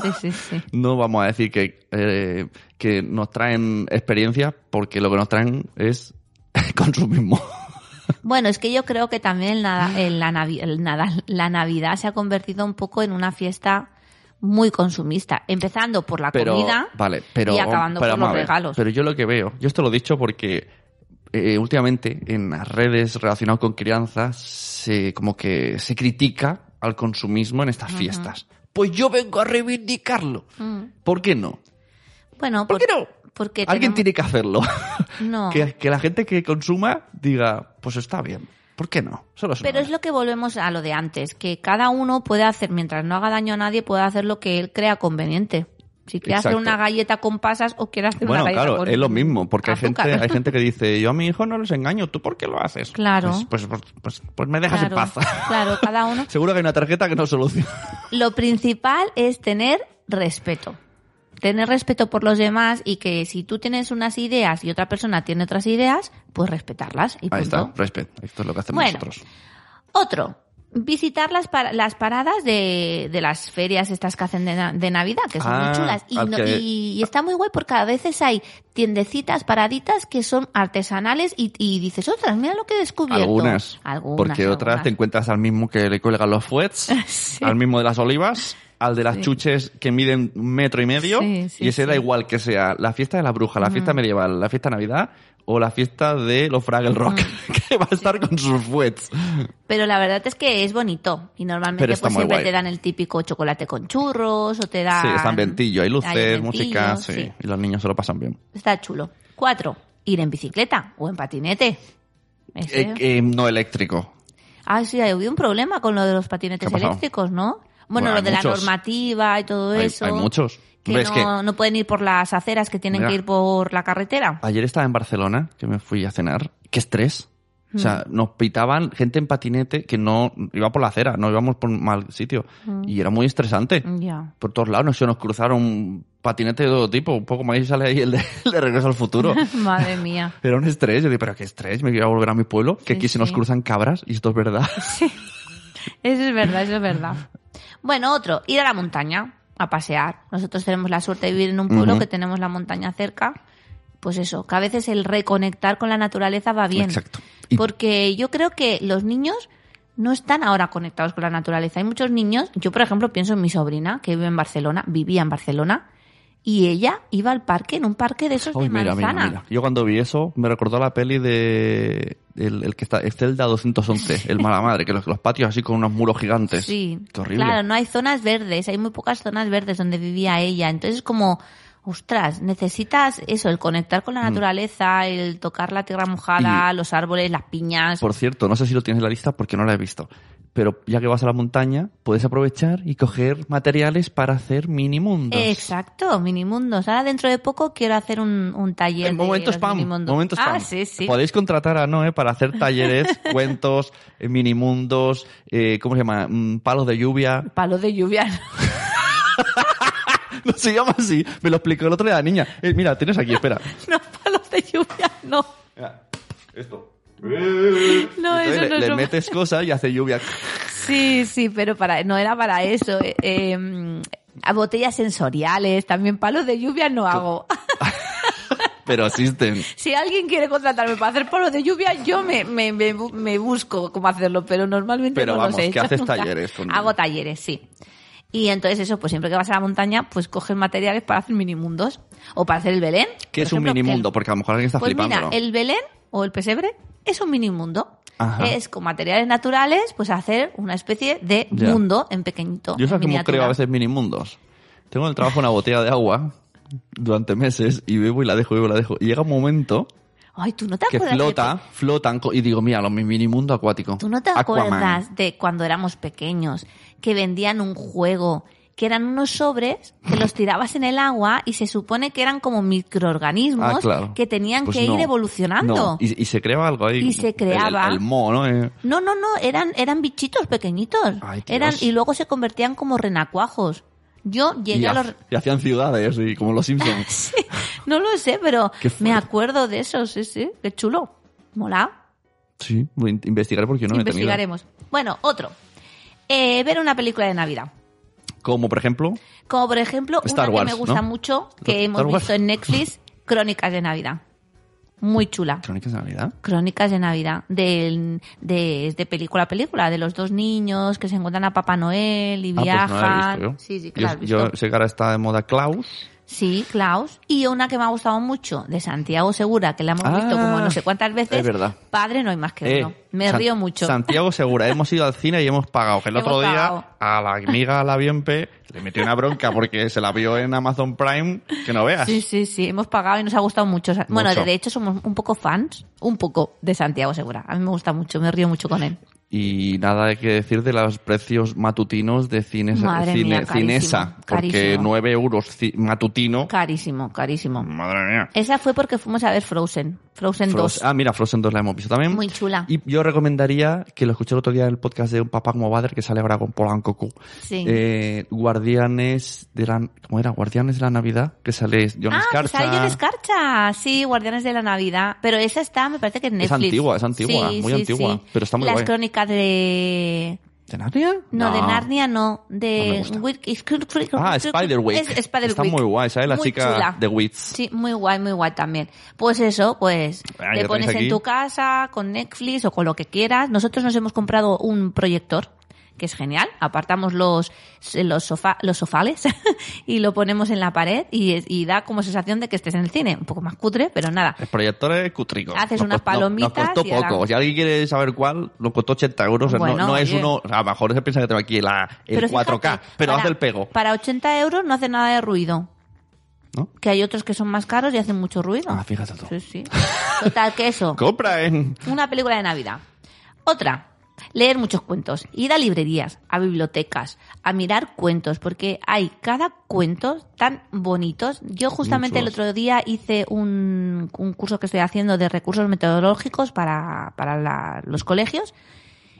[SPEAKER 1] Sí, sí, sí, sí.
[SPEAKER 2] No vamos a decir que, eh, que nos traen experiencias, porque lo que nos traen es (laughs) consumismo.
[SPEAKER 1] Bueno, es que yo creo que también el nada- el- la, navi- el nada- la Navidad se ha convertido un poco en una fiesta muy consumista, empezando por la
[SPEAKER 2] (laughs) Pero,
[SPEAKER 1] comida
[SPEAKER 2] vale, pero,
[SPEAKER 1] y acabando
[SPEAKER 2] pero
[SPEAKER 1] por los
[SPEAKER 2] vamos a ver,
[SPEAKER 1] regalos.
[SPEAKER 2] Pero yo lo que veo, yo esto lo he dicho porque eh, últimamente en las redes relacionadas con crianza se, como que se critica al consumismo en estas fiestas. Pues yo vengo a reivindicarlo.
[SPEAKER 1] Mm.
[SPEAKER 2] ¿Por qué no?
[SPEAKER 1] Bueno,
[SPEAKER 2] ¿Por
[SPEAKER 1] por-
[SPEAKER 2] qué no?
[SPEAKER 1] Porque tenemos-
[SPEAKER 2] Alguien tiene que hacerlo.
[SPEAKER 1] (laughs) No.
[SPEAKER 2] que, que la gente que consuma diga, pues está bien. ¿Por qué no? Solo
[SPEAKER 1] Pero es lo que volvemos a lo de antes, que cada uno puede hacer, mientras no haga daño a nadie, puede hacer lo que él crea conveniente. Si quiere hacer
[SPEAKER 2] Exacto.
[SPEAKER 1] una galleta con pasas o quiere hacer
[SPEAKER 2] Bueno,
[SPEAKER 1] una galleta
[SPEAKER 2] claro,
[SPEAKER 1] con
[SPEAKER 2] es lo mismo, porque hay gente,
[SPEAKER 1] azúcar. (laughs)
[SPEAKER 2] hay gente que dice, yo a mi hijo no les engaño, ¿tú por qué lo haces?
[SPEAKER 1] Claro.
[SPEAKER 2] Pues, pues, pues, pues- pues me dejas
[SPEAKER 1] claro,
[SPEAKER 2] en
[SPEAKER 1] (laughs)
[SPEAKER 2] paz.
[SPEAKER 1] claro, cada uno.
[SPEAKER 2] (laughs) Seguro que hay una tarjeta que no soluciona.
[SPEAKER 1] Lo principal es tener respeto. Tener respeto por los demás y que si tú tienes unas ideas y otra persona tiene otras ideas, pues respetarlas y punto.
[SPEAKER 2] Ahí está, respeto. Esto es lo que hacemos
[SPEAKER 1] Bueno.
[SPEAKER 2] nosotros.
[SPEAKER 1] Otro, visitar las, para- las paradas de, de las ferias estas que hacen de, na- de Navidad, que son
[SPEAKER 2] Ah,
[SPEAKER 1] muy chulas. Y,
[SPEAKER 2] al
[SPEAKER 1] no-
[SPEAKER 2] que-
[SPEAKER 1] y- y está muy guay porque a veces hay tiendecitas, paraditas que son artesanales y, y dices, otras, mira lo que he descubierto.
[SPEAKER 2] Algunas,
[SPEAKER 1] Algunas.
[SPEAKER 2] Porque otras
[SPEAKER 1] algunas.
[SPEAKER 2] te encuentras al mismo que le cuelgan los
[SPEAKER 1] (laughs)
[SPEAKER 2] fuets, al mismo de las olivas, al de las chuches que miden un metro y medio.
[SPEAKER 1] Sí, sí,
[SPEAKER 2] y ese da
[SPEAKER 1] sí.
[SPEAKER 2] igual que sea la fiesta de la bruja, la fiesta medieval, la fiesta de Navidad o la fiesta de los Fraggle Rock, (laughs) que va a estar con sus fuets.
[SPEAKER 1] Pero la verdad es que es bonito. Y normalmente
[SPEAKER 2] Pero
[SPEAKER 1] pues,
[SPEAKER 2] está muy
[SPEAKER 1] siempre
[SPEAKER 2] guay.
[SPEAKER 1] te dan el típico chocolate con churros o te dan...
[SPEAKER 2] Sí, están ventillo, hay luces,
[SPEAKER 1] eventillos,
[SPEAKER 2] música, sí.
[SPEAKER 1] Ah. sí.
[SPEAKER 2] Y los niños se lo pasan bien.
[SPEAKER 1] Está chulo. Cuatro, ir en bicicleta o en patinete. Ese-
[SPEAKER 2] Eh, eh, no eléctrico.
[SPEAKER 1] Ah, sí, había un problema con lo de los
[SPEAKER 2] ¿Qué ha
[SPEAKER 1] patinetes
[SPEAKER 2] pasado?
[SPEAKER 1] eléctricos, ¿no? Bueno,
[SPEAKER 2] Bueno,
[SPEAKER 1] lo
[SPEAKER 2] hay
[SPEAKER 1] de la
[SPEAKER 2] muchos.
[SPEAKER 1] normativa y todo
[SPEAKER 2] Hay-
[SPEAKER 1] eso.
[SPEAKER 2] hay muchos.
[SPEAKER 1] Que
[SPEAKER 2] Hombre, es
[SPEAKER 1] no,
[SPEAKER 2] que-
[SPEAKER 1] no pueden ir por las aceras, que tienen
[SPEAKER 2] Mira.
[SPEAKER 1] que ir por la carretera.
[SPEAKER 2] Ayer estaba en Barcelona, que me fui a cenar. ¡Qué estrés! O sea,
[SPEAKER 1] Mm.
[SPEAKER 2] nos pitaban gente en patinete que no iba por la acera, no íbamos por mal sitio.
[SPEAKER 1] Mm.
[SPEAKER 2] Y era muy estresante.
[SPEAKER 1] Ya. (laughs)
[SPEAKER 2] Por todos lados, nos- se nos cruzaron patinetes de todo tipo. Un poco más y sale ahí el de, el de regreso
[SPEAKER 1] (laughs)
[SPEAKER 2] al futuro.
[SPEAKER 1] Madre mía.
[SPEAKER 2] Era un estrés. Yo dije, pero qué estrés, me quiero volver a mi pueblo. Que
[SPEAKER 1] Sí,
[SPEAKER 2] aquí se nos
[SPEAKER 1] sí.
[SPEAKER 2] cruzan cabras, y esto es verdad.
[SPEAKER 1] Eso es verdad, eso es verdad. Bueno, otro, ir a la montaña a pasear. Nosotros tenemos la suerte de vivir en un pueblo
[SPEAKER 2] Ujú.
[SPEAKER 1] que tenemos la montaña cerca. Pues eso, que a veces el reconectar con la naturaleza va bien.
[SPEAKER 2] Exacto. Y-
[SPEAKER 1] Porque yo creo que los niños no están ahora conectados con la naturaleza. Hay muchos niños, yo por ejemplo pienso en mi sobrina que vive en Barcelona, vivía en Barcelona, y ella iba al parque, en un parque de esos
[SPEAKER 2] (laughs) Ay,
[SPEAKER 1] de
[SPEAKER 2] mira, mira,
[SPEAKER 1] manzana.
[SPEAKER 2] mira. Yo cuando vi eso me recordó la peli de el, el que está el Zelda 211, el mala madre, que los, los patios así con unos muros gigantes.
[SPEAKER 1] Sí,
[SPEAKER 2] Qué horrible.
[SPEAKER 1] claro, no hay zonas verdes, hay muy pocas zonas verdes donde vivía ella. Entonces es como, ostras, necesitas eso, el conectar con la naturaleza, el tocar la tierra mojada,
[SPEAKER 2] Mm. Y-
[SPEAKER 1] los árboles, las piñas.
[SPEAKER 2] Por cierto, no sé si lo tienes en la lista porque no la he visto. Pero ya que vas a la montaña, puedes aprovechar y coger materiales para hacer mini mundos.
[SPEAKER 1] Exacto, minimundos. Ahora dentro de poco quiero hacer un, un taller.
[SPEAKER 2] En
[SPEAKER 1] de
[SPEAKER 2] momento
[SPEAKER 1] los
[SPEAKER 2] spam,
[SPEAKER 1] minimundos.
[SPEAKER 2] momento spam.
[SPEAKER 1] Ah, sí, sí.
[SPEAKER 2] Podéis contratar a Noé para hacer
[SPEAKER 1] (laughs)
[SPEAKER 2] talleres, cuentos, eh, minimundos, eh, ¿cómo se llama? Mm, Palos de lluvia.
[SPEAKER 1] (laughs) Palo de lluvia.
[SPEAKER 2] No se llama así. Me lo explicó el otro día la niña. Eh, mira, tienes
[SPEAKER 1] (laughs)
[SPEAKER 2] aquí, espera.
[SPEAKER 1] No, palos de lluvia, no.
[SPEAKER 2] Mira, esto.
[SPEAKER 1] No,
[SPEAKER 2] Entonces
[SPEAKER 1] eso
[SPEAKER 2] le,
[SPEAKER 1] no es
[SPEAKER 2] le
[SPEAKER 1] un-
[SPEAKER 2] metes cosas y hace lluvia.
[SPEAKER 1] Sí, sí, pero para, no era para eso. Eh, eh, A botellas sensoriales, también palos de lluvia no hago. (laughs)
[SPEAKER 2] Pero existen.
[SPEAKER 1] Si alguien quiere contratarme para hacer palos de lluvia, yo me, me, me bu- me busco cómo hacerlo, pero normalmente
[SPEAKER 2] Pero
[SPEAKER 1] no
[SPEAKER 2] vamos,
[SPEAKER 1] los he
[SPEAKER 2] que
[SPEAKER 1] hecho
[SPEAKER 2] haces
[SPEAKER 1] nunca.
[SPEAKER 2] talleres con-
[SPEAKER 1] Hago talleres, sí. Y entonces eso, pues siempre que vas a la montaña, pues coges materiales para hacer minimundos. O para hacer el Belén.
[SPEAKER 2] ¿Qué
[SPEAKER 1] por
[SPEAKER 2] es un
[SPEAKER 1] ejemplo,
[SPEAKER 2] minimundo?
[SPEAKER 1] el-
[SPEAKER 2] Porque a lo mejor alguien está
[SPEAKER 1] pues
[SPEAKER 2] flipándolo.
[SPEAKER 1] mira, el Belén o el pesebre es un minimundo.
[SPEAKER 2] Ajá.
[SPEAKER 1] Es con materiales naturales, pues hacer una especie de
[SPEAKER 2] Ya.
[SPEAKER 1] mundo en pequeñito.
[SPEAKER 2] Yo
[SPEAKER 1] en
[SPEAKER 2] sabes cómo
[SPEAKER 1] miniatura.
[SPEAKER 2] creo a veces minimundos. Tengo en el trabajo una botella de agua durante meses y bebo y la dejo, bebo y la dejo. Y llega un momento
[SPEAKER 1] Ay, tú no te
[SPEAKER 2] que
[SPEAKER 1] acuerdas. de-
[SPEAKER 2] flota, flotan co- y digo, mira, lo mi minimundo acuático.
[SPEAKER 1] ¿Tú no te
[SPEAKER 2] Aquaman.
[SPEAKER 1] acuerdas de cuando éramos pequeños que vendían un juego que eran unos sobres que los tirabas en el agua y se supone que eran como microorganismos
[SPEAKER 2] Ah, claro.
[SPEAKER 1] que tenían
[SPEAKER 2] Pues
[SPEAKER 1] que
[SPEAKER 2] no.
[SPEAKER 1] ir evolucionando?
[SPEAKER 2] No, Y, y se creaba algo ahí.
[SPEAKER 1] Y se
[SPEAKER 2] El-
[SPEAKER 1] creaba.
[SPEAKER 2] El, el moho, ¿no? Eh,
[SPEAKER 1] No, no, no, eran, eran bichitos pequeñitos.
[SPEAKER 2] Ay, Dios.
[SPEAKER 1] eran, y luego se convertían como renacuajos. Yo
[SPEAKER 2] Y,
[SPEAKER 1] llegué a
[SPEAKER 2] ha-
[SPEAKER 1] los...
[SPEAKER 2] y hacían ciudades, y como los Simpsons.
[SPEAKER 1] (laughs) Sí, no lo sé, pero
[SPEAKER 2] Qué
[SPEAKER 1] me
[SPEAKER 2] fuerte.
[SPEAKER 1] acuerdo de eso, sí, sí. Qué chulo. Mola.
[SPEAKER 2] sí, voy a in- investigar porque yo no lo he tenido.
[SPEAKER 1] Investigaremos. Bueno, otro. Eh, ver una película de Navidad.
[SPEAKER 2] Como, por ejemplo,
[SPEAKER 1] Como por ejemplo,
[SPEAKER 2] Star
[SPEAKER 1] una
[SPEAKER 2] Wars,
[SPEAKER 1] que me gusta
[SPEAKER 2] ¿no?
[SPEAKER 1] mucho,
[SPEAKER 2] Star
[SPEAKER 1] que hemos
[SPEAKER 2] Wars.
[SPEAKER 1] visto en
[SPEAKER 2] (laughs)
[SPEAKER 1] Netflix, Crónicas de Navidad. Muy chula.
[SPEAKER 2] Crónicas de Navidad.
[SPEAKER 1] Crónicas de Navidad, del- de, de, película a película, de los dos niños que se encuentran a Papá Noel y
[SPEAKER 2] Ah, pues no la he
[SPEAKER 1] viajan.
[SPEAKER 2] visto yo.
[SPEAKER 1] Sí, sí, que
[SPEAKER 2] Yo-
[SPEAKER 1] la has visto.
[SPEAKER 2] yo sé que ahora está de moda Klaus.
[SPEAKER 1] Sí, Klaus. Y una que me ha gustado mucho, de Santiago Segura, que la hemos
[SPEAKER 2] Ah,
[SPEAKER 1] visto como no sé cuántas veces.
[SPEAKER 2] es verdad.
[SPEAKER 1] Padre, no hay más que
[SPEAKER 2] Eh,
[SPEAKER 1] uno. Me
[SPEAKER 2] San-
[SPEAKER 1] río mucho.
[SPEAKER 2] Santiago Segura, hemos ido al cine y hemos pagado. Que el
[SPEAKER 1] (laughs) Hemos
[SPEAKER 2] otro día
[SPEAKER 1] pagado.
[SPEAKER 2] a la amiga, a la Bienpe, le metió una bronca porque se la vio en Amazon Prime, que no veas.
[SPEAKER 1] Sí, sí, sí, hemos pagado y nos ha gustado mucho. Sa- Bueno,
[SPEAKER 2] Ah. Mucho.
[SPEAKER 1] de hecho somos un poco fans, un poco, de Santiago Segura. A mí me gusta mucho, me río mucho con él.
[SPEAKER 2] Y nada que decir de los precios matutinos de cines,
[SPEAKER 1] Madre
[SPEAKER 2] cine,
[SPEAKER 1] mía, carísimo,
[SPEAKER 2] cinesa. Porque
[SPEAKER 1] carísimo.
[SPEAKER 2] 9 euros ci- matutino.
[SPEAKER 1] Carísimo, carísimo.
[SPEAKER 2] Madre mía.
[SPEAKER 1] Esa fue porque fuimos a ver Frozen, Frozen
[SPEAKER 2] Frozen-
[SPEAKER 1] 2.
[SPEAKER 2] Ah, mira, Frozen 2 la hemos visto también.
[SPEAKER 1] Muy chula.
[SPEAKER 2] Y yo recomendaría que lo escuché el otro día en el podcast de un papá como Bader que sale ahora con Polanco Q.
[SPEAKER 1] Sí.
[SPEAKER 2] Eh, Guardianes de la... ¿Cómo era? Guardianes de la Navidad, que sale John
[SPEAKER 1] ah, que
[SPEAKER 2] Scarcha.
[SPEAKER 1] sale John Escarcha. Sí, Guardianes de la Navidad. Pero esa está, me parece que en
[SPEAKER 2] Es
[SPEAKER 1] Netflix.
[SPEAKER 2] antigua, es antigua,
[SPEAKER 1] Sí,
[SPEAKER 2] muy
[SPEAKER 1] sí,
[SPEAKER 2] antigua,
[SPEAKER 1] sí.
[SPEAKER 2] pero está muy
[SPEAKER 1] Las
[SPEAKER 2] guay.
[SPEAKER 1] crónicas de...
[SPEAKER 2] ¿De Narnia?
[SPEAKER 1] No, de Narnia no,
[SPEAKER 2] No me
[SPEAKER 1] de
[SPEAKER 2] gusta.
[SPEAKER 1] Wick-
[SPEAKER 2] Ah, Spiderwick.
[SPEAKER 1] Es Spiderwick.
[SPEAKER 2] Está muy guay, ¿sabes? La
[SPEAKER 1] Muy
[SPEAKER 2] chica
[SPEAKER 1] chula.
[SPEAKER 2] de Wits.
[SPEAKER 1] Sí, muy guay, muy guay también. Pues eso, pues
[SPEAKER 2] Ah, ya
[SPEAKER 1] le
[SPEAKER 2] tenéis
[SPEAKER 1] pones
[SPEAKER 2] aquí.
[SPEAKER 1] en tu casa, con Netflix o con lo que quieras. Nosotros nos hemos comprado un proyector que es genial, apartamos los los, sofá, los sofales (laughs) y lo ponemos en la pared y, y da como sensación de que estés en el cine, un poco más cutre, pero nada.
[SPEAKER 2] El proyector es cutrico.
[SPEAKER 1] Haces unas
[SPEAKER 2] costó-
[SPEAKER 1] palomitas
[SPEAKER 2] Nos costó
[SPEAKER 1] y ahora-
[SPEAKER 2] poco. Si alguien quiere saber cuál, nos costó 80 euros. O sea, no,
[SPEAKER 1] Bueno,
[SPEAKER 2] no es
[SPEAKER 1] oye.
[SPEAKER 2] uno... A lo mejor se piensa que tengo aquí la, el
[SPEAKER 1] Pero
[SPEAKER 2] 4K,
[SPEAKER 1] fíjate,
[SPEAKER 2] pero
[SPEAKER 1] para-
[SPEAKER 2] hace el pego.
[SPEAKER 1] Para 80 euros no hace nada de ruido.
[SPEAKER 2] ¿No?
[SPEAKER 1] Que hay otros que son más caros y hacen mucho ruido.
[SPEAKER 2] Ah, fíjate tú.
[SPEAKER 1] Sí,
[SPEAKER 2] (laughs)
[SPEAKER 1] sí. Total, que eso.
[SPEAKER 2] Compra en...
[SPEAKER 1] Una película de Navidad. Otra, leer muchos cuentos. Ir a librerías, a bibliotecas, a mirar cuentos, porque hay cada cuento tan bonitos. Yo justamente el
[SPEAKER 2] Muchos.
[SPEAKER 1] otro día hice un, un curso que estoy haciendo de recursos metodológicos para, para la- los colegios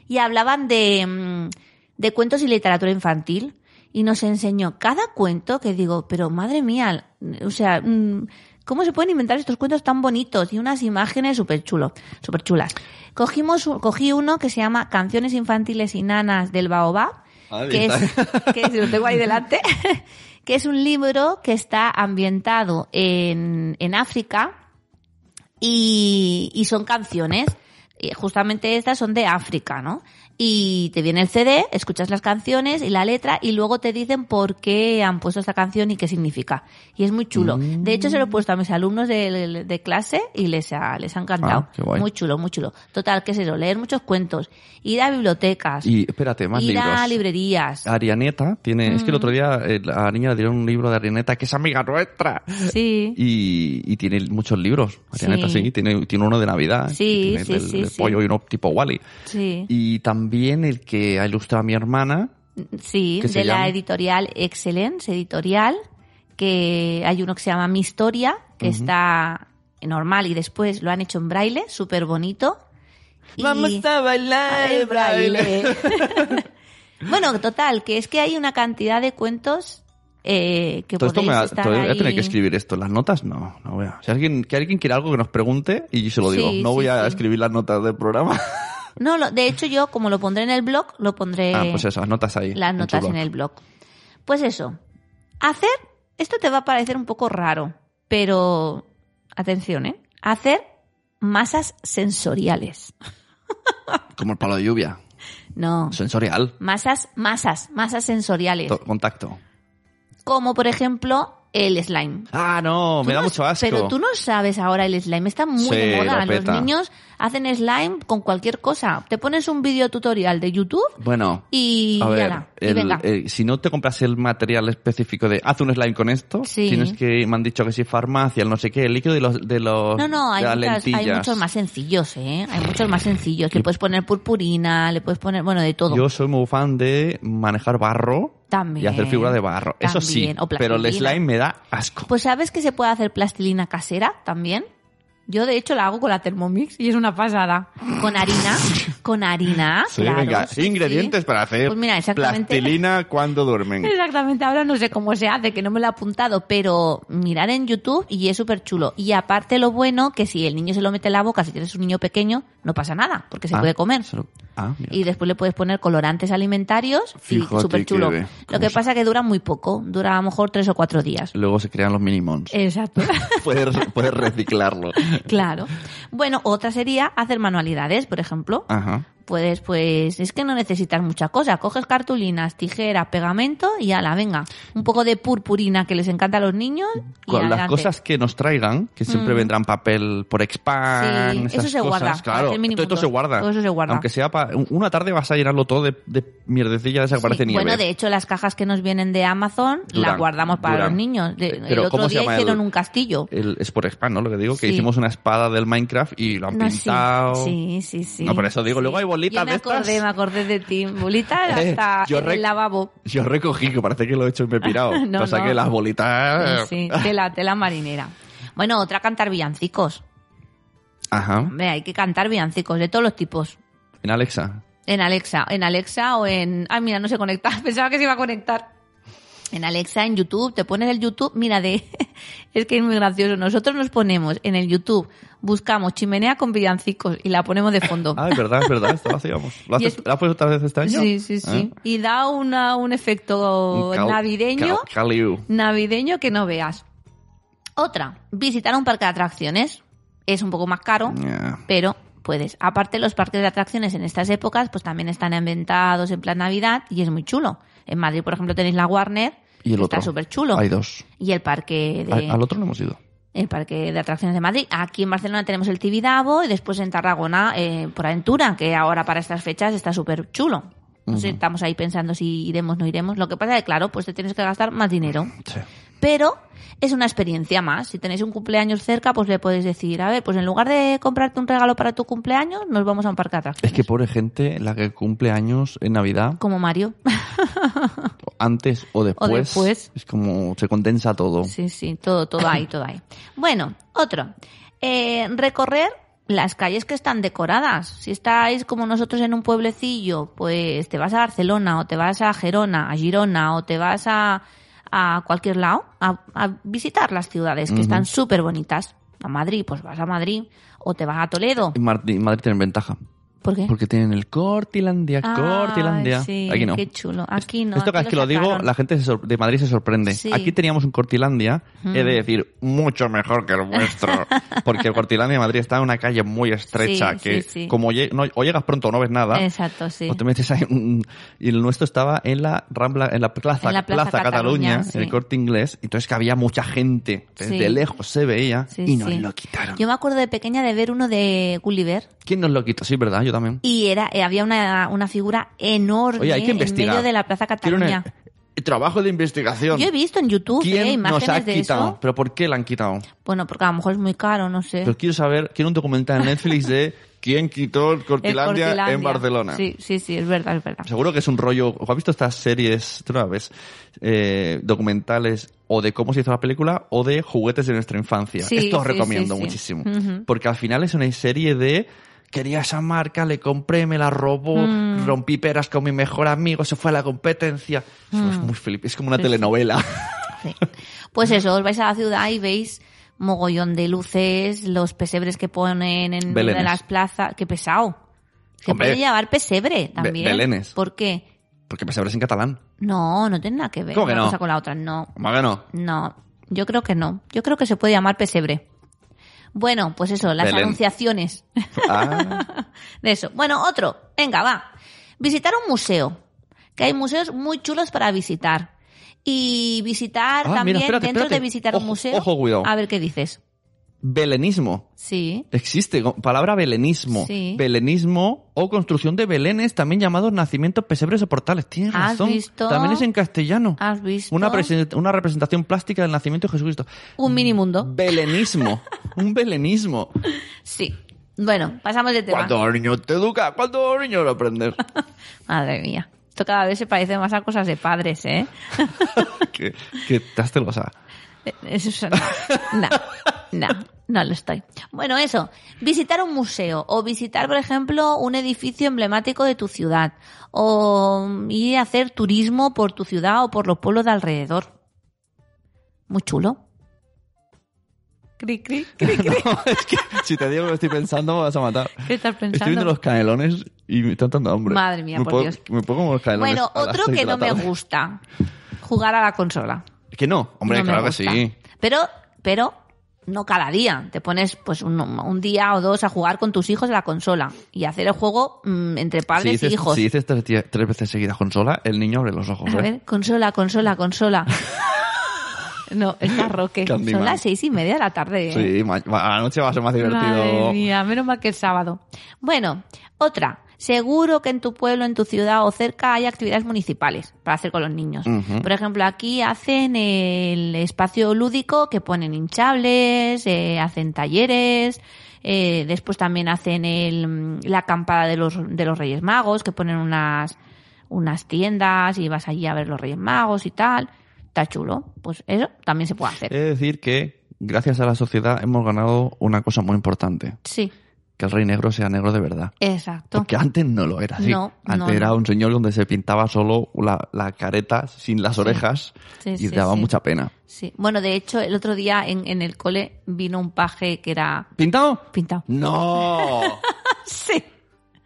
[SPEAKER 1] y hablaban de, mm, de cuentos y literatura infantil y nos enseñó cada cuento que digo, pero madre mía, o sea, mm, ¿cómo se pueden inventar estos cuentos tan bonitos y unas imágenes súper chulo, súper chulas? Cogimos, un- cogí uno que se llama Canciones infantiles y nanas del Baobab,
[SPEAKER 2] Ahí
[SPEAKER 1] que es,
[SPEAKER 2] está.
[SPEAKER 1] que es- lo tengo ahí delante, que es un libro que está ambientado en, en África, y, y son canciones. eh, Justamente estas son de África, ¿no? Y te viene el CD, escuchas las canciones y la letra y luego te dicen por qué han puesto esta canción y qué significa. Y es muy chulo. De hecho, se lo he puesto a mis alumnos de, de clase y les ha, les ha encantado.
[SPEAKER 2] Ah, qué guay.
[SPEAKER 1] Muy chulo, muy chulo. Total, ¿qué es eso? Leer muchos cuentos, ir a bibliotecas,
[SPEAKER 2] Y espérate, más
[SPEAKER 1] ir a
[SPEAKER 2] libros. Ah,
[SPEAKER 1] librerías.
[SPEAKER 2] Arianeta tiene... Es que
[SPEAKER 1] Mm.
[SPEAKER 2] el otro día eh, a la niña le dieron un libro de Arianeta que es amiga nuestra.
[SPEAKER 1] Sí.
[SPEAKER 2] Y, y tiene muchos libros. Arianeta sí,
[SPEAKER 1] Sí.
[SPEAKER 2] tiene, tiene uno de Navidad.
[SPEAKER 1] Sí,
[SPEAKER 2] tiene el
[SPEAKER 1] sí,
[SPEAKER 2] del-
[SPEAKER 1] sí,
[SPEAKER 2] del
[SPEAKER 1] sí.
[SPEAKER 2] pollo y uno tipo Wally.
[SPEAKER 1] Sí.
[SPEAKER 2] Y también el que ha ilustrado a mi hermana,
[SPEAKER 1] Sí,
[SPEAKER 2] ¿Qué se
[SPEAKER 1] de
[SPEAKER 2] llama?
[SPEAKER 1] la editorial Excellence Editorial, que hay uno que se llama Mi Historia, que está normal y después lo han hecho en braille, súper bonito. Y- Ah,
[SPEAKER 2] bailar
[SPEAKER 1] el braille.
[SPEAKER 2] (laughs)
[SPEAKER 1] (laughs) bueno, total, que es que hay una cantidad de cuentos eh, que
[SPEAKER 2] Todo esto me
[SPEAKER 1] podéis
[SPEAKER 2] va-
[SPEAKER 1] estar
[SPEAKER 2] todo- voy a
[SPEAKER 1] ahí-
[SPEAKER 2] tener que escribir esto. ¿Las notas? No, no voy a. Si alguien, que alguien quiere algo que nos pregunte y yo se lo digo.
[SPEAKER 1] Sí,
[SPEAKER 2] no voy
[SPEAKER 1] sí,
[SPEAKER 2] a
[SPEAKER 1] sí.
[SPEAKER 2] escribir las notas del programa.
[SPEAKER 1] No, lo- de hecho yo, como lo pondré en el blog, lo pondré
[SPEAKER 2] pues ah, pues eso, las notas ahí.
[SPEAKER 1] Eh, las
[SPEAKER 2] en
[SPEAKER 1] notas
[SPEAKER 2] su
[SPEAKER 1] en
[SPEAKER 2] blog.
[SPEAKER 1] el blog. Pues eso, Hacer, esto te va a parecer un poco raro, pero atención, ¿eh? Hacer masas sensoriales.
[SPEAKER 2] Como el palo de lluvia.
[SPEAKER 1] No.
[SPEAKER 2] Sensorial.
[SPEAKER 1] Masas, masas, masas sensoriales.
[SPEAKER 2] To- Contacto.
[SPEAKER 1] Como por ejemplo el slime.
[SPEAKER 2] Ah, no,
[SPEAKER 1] Tú
[SPEAKER 2] me da
[SPEAKER 1] no-
[SPEAKER 2] mucho asco.
[SPEAKER 1] Pero tú no sabes ahora el slime, está muy
[SPEAKER 2] Sí,
[SPEAKER 1] de moda.
[SPEAKER 2] lo
[SPEAKER 1] Los
[SPEAKER 2] peta.
[SPEAKER 1] niños hacen slime con cualquier cosa. Te pones un vídeo tutorial de YouTube
[SPEAKER 2] Bueno,
[SPEAKER 1] y,
[SPEAKER 2] a
[SPEAKER 1] ya
[SPEAKER 2] ver,
[SPEAKER 1] la, y
[SPEAKER 2] el-
[SPEAKER 1] venga.
[SPEAKER 2] eh, si no te compras el material específico de haz un slime con esto,
[SPEAKER 1] Sí.
[SPEAKER 2] tienes que, me han dicho que sí, farmacia, el no sé qué, el líquido de los, de los
[SPEAKER 1] no, no, hay,
[SPEAKER 2] de las
[SPEAKER 1] muchas- hay
[SPEAKER 2] lentillas.
[SPEAKER 1] muchos más sencillos, ¿eh? Hay muchos más sencillos. Le puedes poner purpurina, le puedes poner, bueno, de todo.
[SPEAKER 2] Yo soy muy fan de manejar barro
[SPEAKER 1] También.
[SPEAKER 2] y hacer figuras de barro. Eso sí,
[SPEAKER 1] También, o
[SPEAKER 2] pero el
[SPEAKER 1] plastilina.
[SPEAKER 2] slime me da asco.
[SPEAKER 1] Pues sabes que se puede hacer plastilina casera también. Yo de hecho la hago con la Thermomix y es una pasada. Con harina, con
[SPEAKER 2] (laughs)
[SPEAKER 1] harina.
[SPEAKER 7] Sí,
[SPEAKER 1] claro,
[SPEAKER 7] venga,
[SPEAKER 1] sí, sí.
[SPEAKER 7] ingredientes para hacer
[SPEAKER 1] Pues mira, exactamente.
[SPEAKER 7] plastilina cuando duermen.
[SPEAKER 1] Exactamente, ahora no sé cómo se hace, que no me lo he apuntado, pero mirar en YouTube y es súper chulo. Y aparte lo bueno, que si el niño se lo mete en la boca, si tienes un niño pequeño, no pasa nada, porque (laughs) se
[SPEAKER 2] Ah,
[SPEAKER 1] puede comer.
[SPEAKER 2] se lo- ah, mira.
[SPEAKER 1] Y después le puedes poner colorantes alimentarios
[SPEAKER 2] Fíjate
[SPEAKER 1] y súper chulo.
[SPEAKER 2] que-
[SPEAKER 1] Lo que
[SPEAKER 2] cómo
[SPEAKER 1] pasa que dura muy poco, dura a lo mejor tres o cuatro días.
[SPEAKER 2] Luego se crean los minimons.
[SPEAKER 1] Exacto.
[SPEAKER 2] (laughs) Puedes, puedes reciclarlo.
[SPEAKER 1] claro. Bueno, otra sería hacer manualidades, por ejemplo.
[SPEAKER 2] Ajá.
[SPEAKER 1] Puedes, pues, es que no necesitas mucha cosa. Coges cartulinas, tijera, pegamento y ala, venga. Un poco de purpurina que les encanta a los niños. y
[SPEAKER 2] Con las
[SPEAKER 1] adelante. Mm.
[SPEAKER 2] cosas que nos traigan, que siempre vendrán papel por expand,
[SPEAKER 1] Sí,
[SPEAKER 2] esas
[SPEAKER 1] eso se
[SPEAKER 2] cosas,
[SPEAKER 1] guarda,
[SPEAKER 2] claro,
[SPEAKER 1] hacer mini
[SPEAKER 2] todo, esto se
[SPEAKER 1] mundos,
[SPEAKER 2] guarda.
[SPEAKER 1] todo eso se guarda.
[SPEAKER 2] Aunque sea pa- una tarde vas a llenarlo todo de, de mierdecilla de esa que
[SPEAKER 1] Sí,
[SPEAKER 2] parece nieve.
[SPEAKER 1] Bueno, de hecho, las cajas que nos vienen de Amazon
[SPEAKER 2] Duran,
[SPEAKER 1] las guardamos para
[SPEAKER 2] duran.
[SPEAKER 1] los niños. De- el
[SPEAKER 2] Pero,
[SPEAKER 1] otro
[SPEAKER 2] ¿cómo se
[SPEAKER 1] día
[SPEAKER 2] llama
[SPEAKER 1] hicieron
[SPEAKER 2] el-
[SPEAKER 1] un castillo.
[SPEAKER 2] El- es por expand, ¿no? Lo que digo, que
[SPEAKER 1] Sí.
[SPEAKER 2] hicimos una espada del Minecraft y lo han
[SPEAKER 1] No, sí.
[SPEAKER 2] pintado.
[SPEAKER 1] Sí, sí, sí.
[SPEAKER 2] No, por eso digo,
[SPEAKER 1] Sí.
[SPEAKER 2] luego hay bolitas
[SPEAKER 1] Yo me
[SPEAKER 2] de
[SPEAKER 1] acordé,
[SPEAKER 2] estas.
[SPEAKER 1] me acordé de ti. Bolitas
[SPEAKER 2] (laughs) Eh,
[SPEAKER 1] hasta
[SPEAKER 2] yo
[SPEAKER 1] en
[SPEAKER 2] rec-
[SPEAKER 1] el lavabo.
[SPEAKER 2] Yo recogí, que parece que lo he hecho y me he pirado.
[SPEAKER 1] (laughs) No,
[SPEAKER 2] Pasa
[SPEAKER 1] no.
[SPEAKER 2] que las bolitas...
[SPEAKER 1] Sí, sí, tela, tela marinera. Bueno, otra cantar villancicos.
[SPEAKER 2] Ajá.
[SPEAKER 1] Hombre, hay que cantar villancicos de todos los tipos.
[SPEAKER 2] En Alexa.
[SPEAKER 1] En Alexa, en Alexa o en... Ah, mira, no se conecta. (laughs) Pensaba que se iba a conectar. En Alexa, en YouTube, te pones el YouTube, mira de... (laughs) Es que es muy gracioso. Nosotros nos ponemos en el YouTube, buscamos chimenea con villancicos y la ponemos de fondo.
[SPEAKER 2] (laughs) Ah, es verdad, es verdad, esto lo hacíamos. ¿Lo,
[SPEAKER 1] Y
[SPEAKER 2] haces-
[SPEAKER 1] es-
[SPEAKER 2] ¿lo has puesto otra vez este año?
[SPEAKER 1] Sí, sí, sí.
[SPEAKER 2] ¿Eh?
[SPEAKER 1] Y da una, un efecto
[SPEAKER 2] Un cal-
[SPEAKER 1] navideño,
[SPEAKER 2] cal- caliu.
[SPEAKER 1] navideño que no veas. Otra, visitar un parque de atracciones. Es un poco más caro,
[SPEAKER 2] Ya.
[SPEAKER 1] pero puedes. Aparte, los parques de atracciones en estas épocas, pues también están inventados en plan Navidad y es muy chulo. En Madrid, por ejemplo, tenéis la Warner,
[SPEAKER 2] Y el
[SPEAKER 1] que
[SPEAKER 2] otro.
[SPEAKER 1] está súper chulo.
[SPEAKER 2] Hay dos.
[SPEAKER 1] Y el parque de
[SPEAKER 2] Al- Al otro no hemos ido.
[SPEAKER 1] el parque de atracciones de Madrid. Aquí en Barcelona tenemos el Tibidabo y después en Tarragona eh, por Aventura, que ahora para estas fechas está súper chulo. No sé, estamos ahí pensando si iremos o no iremos. Lo que pasa es que, claro, pues te tienes que gastar más dinero.
[SPEAKER 2] Sí.
[SPEAKER 1] Pero es una experiencia más. Si tenéis un cumpleaños cerca, pues le podéis decir, a ver, pues en lugar de comprarte un regalo para tu cumpleaños, nos vamos a un parque de
[SPEAKER 2] Es
[SPEAKER 1] atracciones.
[SPEAKER 2] que pobre gente, la que cumple años en Navidad,
[SPEAKER 1] Como Mario.
[SPEAKER 2] antes o después,
[SPEAKER 1] después.
[SPEAKER 2] es como se condensa todo.
[SPEAKER 1] Sí, sí, todo, todo ahí, todo ahí. Bueno, otro. Eh, recorrer las calles que están decoradas. Si estáis como nosotros en un pueblecillo, pues te vas a Barcelona o te vas a Gerona, a Girona o te vas a, a cualquier lado a, a visitar las ciudades que están súper bonitas. A Madrid, pues vas a Madrid o te vas a Toledo.
[SPEAKER 2] En Madrid, Madrid tienen ventaja,
[SPEAKER 1] ¿Por qué?
[SPEAKER 2] porque tienen el Cortilandia,
[SPEAKER 1] Ah,
[SPEAKER 2] Cortilandia.
[SPEAKER 1] ¿Eh? sí,
[SPEAKER 2] Aquí no.
[SPEAKER 1] Qué chulo. Aquí no.
[SPEAKER 2] Esto cada
[SPEAKER 1] aquí
[SPEAKER 2] vez que lo digo,
[SPEAKER 1] sacaron.
[SPEAKER 2] la gente se sor- de Madrid se sorprende.
[SPEAKER 1] Sí.
[SPEAKER 2] Aquí teníamos un Cortilandia, he de decir, mucho mejor que el
[SPEAKER 1] (laughs)
[SPEAKER 2] vuestro. Porque el Cortilandia de Madrid está en una calle muy estrecha,
[SPEAKER 1] Sí,
[SPEAKER 2] que
[SPEAKER 1] sí, sí.
[SPEAKER 2] como lle- no- o llegas pronto o no ves nada,
[SPEAKER 1] Exacto, sí.
[SPEAKER 2] O te metes ahí, mm, y el nuestro estaba en la Rambla, en la Plaza,
[SPEAKER 1] En la
[SPEAKER 2] plaza,
[SPEAKER 1] Plaza
[SPEAKER 2] Cataluña,
[SPEAKER 1] Cataluña,
[SPEAKER 2] en el
[SPEAKER 1] sí.
[SPEAKER 2] corte inglés, entonces que había mucha gente, desde
[SPEAKER 1] Sí.
[SPEAKER 2] lejos se veía
[SPEAKER 1] Sí,
[SPEAKER 2] y nos
[SPEAKER 1] sí.
[SPEAKER 2] lo quitaron.
[SPEAKER 1] Yo me acuerdo de pequeña de ver uno de Gulliver.
[SPEAKER 2] ¿Quién nos lo quitó? Sí, verdad, yo también.
[SPEAKER 1] y era eh, había una, una figura enorme
[SPEAKER 2] Oye, hay que investigar.
[SPEAKER 1] en medio de la Plaza
[SPEAKER 2] Quiero una-
[SPEAKER 1] Cataluña.
[SPEAKER 2] Trabajo de investigación.
[SPEAKER 1] Yo he visto en YouTube eh,
[SPEAKER 2] ¿Quién
[SPEAKER 1] imágenes
[SPEAKER 2] nos ha
[SPEAKER 1] de
[SPEAKER 2] quitado?
[SPEAKER 1] eso.
[SPEAKER 2] ¿Pero por qué la han quitado?
[SPEAKER 1] Bueno, porque a lo mejor es muy caro, no sé.
[SPEAKER 2] Pero quiero saber, quiero un documental en Netflix de (laughs) quién quitó el
[SPEAKER 1] El
[SPEAKER 2] Cortilandia,
[SPEAKER 1] Cortilandia.
[SPEAKER 2] en Barcelona.
[SPEAKER 1] Sí, sí, sí, es verdad, es verdad.
[SPEAKER 2] Seguro que es un rollo. ¿Has visto estas series, tú no las ves, eh, documentales o de cómo se hizo la película o de juguetes de nuestra infancia?
[SPEAKER 1] Sí,
[SPEAKER 2] Esto os
[SPEAKER 1] sí,
[SPEAKER 2] recomiendo
[SPEAKER 1] sí, sí.
[SPEAKER 2] muchísimo.
[SPEAKER 1] Ujú.
[SPEAKER 2] Porque al final es una serie de. Quería esa marca, le compré, me la robó,
[SPEAKER 1] Mm.
[SPEAKER 2] rompí peras con mi mejor amigo, se fue a la competencia. Eso
[SPEAKER 1] Mm.
[SPEAKER 2] Es muy flip, es como una telenovela. (laughs)
[SPEAKER 1] Sí. Pues eso, os vais a la ciudad y veis mogollón de luces, los pesebres que ponen en medio de
[SPEAKER 2] Belenes.
[SPEAKER 1] las plazas. ¡Qué pesado! Se
[SPEAKER 2] Hombre.
[SPEAKER 1] puede llevar pesebre también.
[SPEAKER 2] belenes.
[SPEAKER 1] ¿Por qué?
[SPEAKER 2] Porque me sabrás en catalán.
[SPEAKER 1] No, no tiene nada que ver
[SPEAKER 2] ¿Cómo que
[SPEAKER 1] una
[SPEAKER 2] no?
[SPEAKER 1] cosa con la otra. No,
[SPEAKER 2] ¿Cómo que no?
[SPEAKER 1] no. Yo creo que no. Yo creo que se puede llamar pesebre. Bueno, pues eso, las
[SPEAKER 2] Belén.
[SPEAKER 1] anunciaciones. (laughs)
[SPEAKER 2] Ah,
[SPEAKER 1] De eso. Bueno, otro. Venga, va. Visitar un museo. Que hay museos muy chulos para visitar. Y visitar
[SPEAKER 2] Ah, mira,
[SPEAKER 1] también,
[SPEAKER 2] espérate,
[SPEAKER 1] dentro de
[SPEAKER 2] espérate.
[SPEAKER 1] visitar un
[SPEAKER 2] Ojo,
[SPEAKER 1] museo.
[SPEAKER 2] ojo, cuidado.
[SPEAKER 1] A ver qué dices.
[SPEAKER 2] belenismo.
[SPEAKER 1] Sí.
[SPEAKER 2] Existe go- palabra belenismo.
[SPEAKER 1] Sí.
[SPEAKER 2] Belenismo o construcción de belenes, también llamados nacimientos pesebres o portales. Tienes
[SPEAKER 1] ¿Has
[SPEAKER 2] razón.
[SPEAKER 1] visto?
[SPEAKER 2] También es en castellano.
[SPEAKER 1] ¿Has visto?
[SPEAKER 2] Una, presen- una representación plástica del nacimiento de Jesucristo.
[SPEAKER 1] Un mini
[SPEAKER 2] Mm.
[SPEAKER 1] mundo.
[SPEAKER 2] Belenismo. (laughs) Un belenismo.
[SPEAKER 1] Sí. Bueno, pasamos de tema.
[SPEAKER 2] ¿Cuántos niños te educa? ¿Cuántos niños
[SPEAKER 1] (laughs)
[SPEAKER 2] lo aprender?
[SPEAKER 1] Madre mía. Esto cada vez se parece más a cosas de padres, ¿eh?
[SPEAKER 2] que, que
[SPEAKER 1] (laughs)
[SPEAKER 2] estás celosa.
[SPEAKER 1] Eso es- no, no, no, no lo estoy. Bueno, eso, visitar un museo o visitar, por ejemplo, un edificio emblemático de tu ciudad o ir a hacer turismo por tu ciudad o por los pueblos de alrededor. Muy chulo. Cri, cri, cri, cri.
[SPEAKER 2] es que si te digo que lo estoy pensando, me vas a matar.
[SPEAKER 1] ¿Qué estás
[SPEAKER 2] Estoy viendo
[SPEAKER 1] pensando?
[SPEAKER 2] los canelones y me están dando hambre.
[SPEAKER 1] Madre mía,
[SPEAKER 2] Me
[SPEAKER 1] por
[SPEAKER 2] puedo-
[SPEAKER 1] Dios.
[SPEAKER 2] Me pongo como los canelones.
[SPEAKER 1] Bueno,
[SPEAKER 2] a las
[SPEAKER 1] otro
[SPEAKER 2] seis
[SPEAKER 1] que
[SPEAKER 2] de la
[SPEAKER 1] no me
[SPEAKER 2] tarde.
[SPEAKER 1] gusta. Jugar a la consola.
[SPEAKER 2] Que no, hombre,
[SPEAKER 1] No me
[SPEAKER 2] claro que
[SPEAKER 1] gusta.
[SPEAKER 2] sí.
[SPEAKER 1] Pero, pero no cada día. Te pones pues un, un día o dos a jugar con tus hijos a la consola y hacer el juego mm, entre
[SPEAKER 2] Si
[SPEAKER 1] padres
[SPEAKER 2] dices,
[SPEAKER 1] y hijos.
[SPEAKER 2] si dices tres, tía- tres veces seguidas consola, el niño abre los ojos.
[SPEAKER 1] a
[SPEAKER 2] ¿eh?
[SPEAKER 1] ver, consola, consola,
[SPEAKER 2] (laughs)
[SPEAKER 1] consola. no, está Roque. Son
[SPEAKER 2] Candyman.
[SPEAKER 1] las seis y media de la tarde. ¿eh?
[SPEAKER 2] Sí, ma- ma- a la noche va a ser más
[SPEAKER 1] Madre
[SPEAKER 2] divertido.
[SPEAKER 1] mía, menos mal que el sábado. Bueno, otra. Seguro que en tu pueblo, en tu ciudad o cerca hay actividades municipales para hacer con los niños.
[SPEAKER 2] Ujú.
[SPEAKER 1] Por ejemplo, aquí hacen el espacio lúdico que ponen hinchables, eh, hacen talleres, eh, después también hacen el, mm, la acampada de los, de los Reyes Magos que ponen unas, unas tiendas y vas allí a ver los Reyes Magos y tal. Está chulo. Pues eso también se puede hacer.
[SPEAKER 2] He de decir que gracias a la sociedad hemos ganado una cosa muy importante,
[SPEAKER 1] Sí,
[SPEAKER 2] que el rey negro sea negro de verdad.
[SPEAKER 1] exacto.
[SPEAKER 2] Porque antes no lo era así.
[SPEAKER 1] No,
[SPEAKER 2] antes
[SPEAKER 1] no,
[SPEAKER 2] era
[SPEAKER 1] no.
[SPEAKER 2] un señor donde se pintaba solo la, la careta sin las orejas
[SPEAKER 1] Sí,
[SPEAKER 2] y
[SPEAKER 1] sí,
[SPEAKER 2] daba
[SPEAKER 1] sí.
[SPEAKER 2] mucha pena.
[SPEAKER 1] Sí, bueno, de hecho, el otro día en, en el cole vino un paje que era
[SPEAKER 2] ¿Pintado?
[SPEAKER 1] pintado.
[SPEAKER 2] ¡No!
[SPEAKER 1] (laughs) Sí,